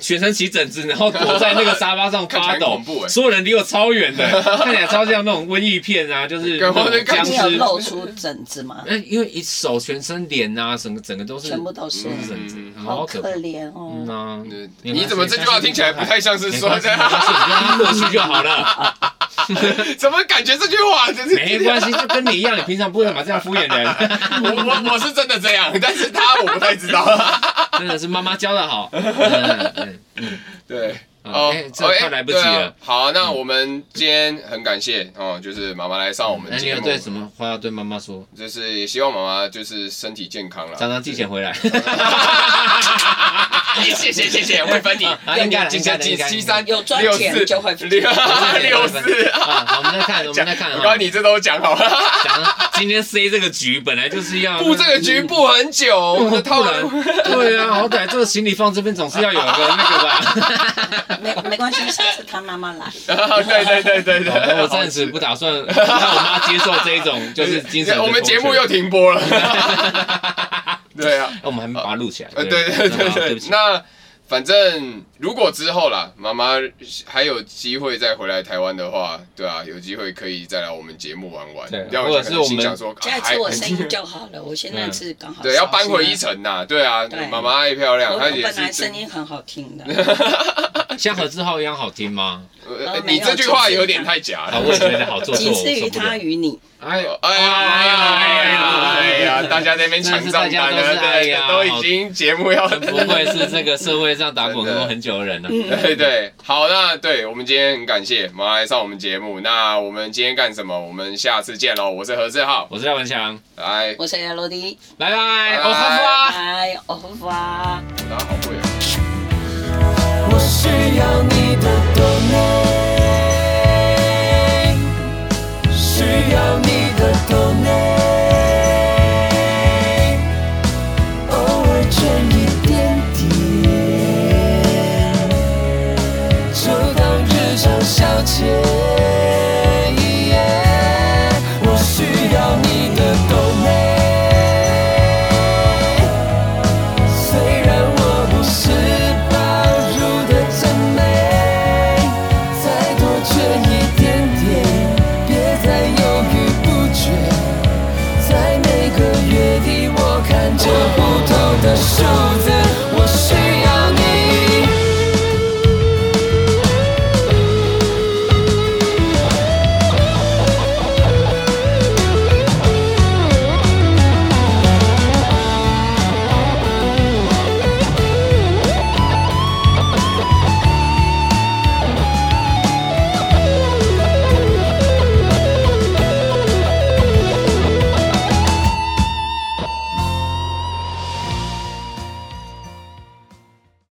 Speaker 1: 全身起疹子，然后躲在那个沙发上
Speaker 2: 看起
Speaker 1: 发
Speaker 2: 来很
Speaker 1: 抖
Speaker 2: 恐怖欸，
Speaker 1: 所有人离我超远的，看起来超像那种瘟疫片啊，就是 那
Speaker 2: 干嘛
Speaker 1: 种僵
Speaker 2: 看
Speaker 4: 你
Speaker 2: 起
Speaker 4: 有
Speaker 1: 尸。
Speaker 4: 露出疹子吗？
Speaker 1: 那因为一手全身脸啊，整个整个都 是
Speaker 4: 全部都是，
Speaker 1: 是疹子，然后
Speaker 4: 好
Speaker 1: 好
Speaker 4: 可
Speaker 1: 可怕。
Speaker 4: 怜
Speaker 1: 嗯
Speaker 4: 哦。
Speaker 1: 啊
Speaker 2: 你怎么这句话听起来不太像是说
Speaker 1: 没关系你就让它过去就好了，
Speaker 2: 怎么感觉这句话就是
Speaker 1: 没关系，就跟你一样，你平常不能嘛这样敷衍人。
Speaker 2: 我我我是真的这样，但是他我不太知道。
Speaker 1: 真的是妈妈教的 好。嗯嗯
Speaker 2: 对。
Speaker 1: 嗯
Speaker 2: 哦，
Speaker 1: 哎，这
Speaker 2: 哦哎
Speaker 1: 快来不及
Speaker 2: 对啊
Speaker 1: 了。
Speaker 2: 好，那我们今天很感谢哦，就是妈妈来上我们
Speaker 1: 那你
Speaker 2: 节
Speaker 1: 有
Speaker 2: 目，
Speaker 1: 对什么话要对妈妈说？
Speaker 2: 就是也希望妈妈就是身体健康啦。
Speaker 1: 常常寄钱回来。
Speaker 2: 谢谢谢谢，会分你
Speaker 1: 啊
Speaker 2: 一
Speaker 1: 应该
Speaker 2: 年
Speaker 1: 的
Speaker 2: 进
Speaker 1: 应该
Speaker 2: 三
Speaker 1: 的
Speaker 2: 进
Speaker 1: 应该的
Speaker 2: 七三
Speaker 4: 有赚钱就会
Speaker 2: 六六四
Speaker 1: 啊，好我们再看，我们再看
Speaker 2: 我告
Speaker 1: 啊
Speaker 2: 诉。你，这都讲好了，
Speaker 1: 讲今天 C 这个局本来就是要
Speaker 2: 布这个局布很久，我们的套
Speaker 1: 不然
Speaker 2: 路。
Speaker 1: 对啊，好歹这个行李放这边总是要有个那个 吧。
Speaker 4: 没没关系，下次他妈妈 来。
Speaker 2: 对对对对
Speaker 1: 好
Speaker 2: 对，
Speaker 1: 的我暂时不打 算让我妈接受这一种就是精神的
Speaker 2: 我们
Speaker 1: 剥
Speaker 2: 节
Speaker 1: 削
Speaker 2: 目又停播了。 对啊，
Speaker 1: 我们还没把它录起来。
Speaker 2: 呃，对对
Speaker 1: 那好
Speaker 2: 对
Speaker 1: 对不
Speaker 2: 对
Speaker 1: 起，。
Speaker 2: 那反正如果之后啦，妈妈还有机会再回来台湾的话，对啊，有机会可以再来我们节目玩玩
Speaker 1: 对啊，
Speaker 2: 要不
Speaker 1: 或
Speaker 2: 然
Speaker 1: 者是
Speaker 2: 可能心
Speaker 1: 我们
Speaker 2: 想说，
Speaker 4: 下
Speaker 2: 啊
Speaker 4: 次
Speaker 2: 还
Speaker 4: 我生意就好了，我现
Speaker 1: 嗯
Speaker 4: 在是刚 好。
Speaker 2: 对，要搬回一。城呐，对啊
Speaker 4: 对，
Speaker 2: 妈妈爱漂亮，
Speaker 4: 我
Speaker 2: 她
Speaker 4: 我
Speaker 2: 也
Speaker 4: 本来
Speaker 2: 是
Speaker 4: 声
Speaker 2: 真。
Speaker 4: 音很好听的，
Speaker 1: 像何志浩一样好听吗？
Speaker 2: 呃
Speaker 4: 呃没
Speaker 2: 你
Speaker 4: 有
Speaker 2: 这句话
Speaker 4: 就是
Speaker 2: 有点
Speaker 4: 她
Speaker 2: 太假
Speaker 1: 啊，
Speaker 2: 了。
Speaker 1: 我也觉得好做
Speaker 4: 仅
Speaker 1: 作，
Speaker 4: 次
Speaker 1: 我
Speaker 4: 于
Speaker 1: 受不了
Speaker 4: 他。与你。
Speaker 1: 哎
Speaker 2: 哎呀哎呀哎呀哎呀！大家在那边抢账
Speaker 1: 真
Speaker 2: 单
Speaker 1: 的是大家都
Speaker 2: 了，
Speaker 1: 是哎
Speaker 2: 对
Speaker 1: 呀，
Speaker 2: 都已经节目要
Speaker 1: 不愧是这个社会上打滚工很久的人呢、啊
Speaker 2: 对对，好，那对我们今天很感谢马来上我们节目。那我们今天干什么？我们下次见喽！我是何志浩，
Speaker 1: 我是廖文强，
Speaker 2: 来，
Speaker 4: 我是 L D，
Speaker 1: 拜拜，
Speaker 2: 拜
Speaker 1: 我哈佛啊。
Speaker 4: 拜，欧巴。
Speaker 2: 大家好会哦。
Speaker 7: 我需要你的 donate，需要你的 donate，偶尔倦意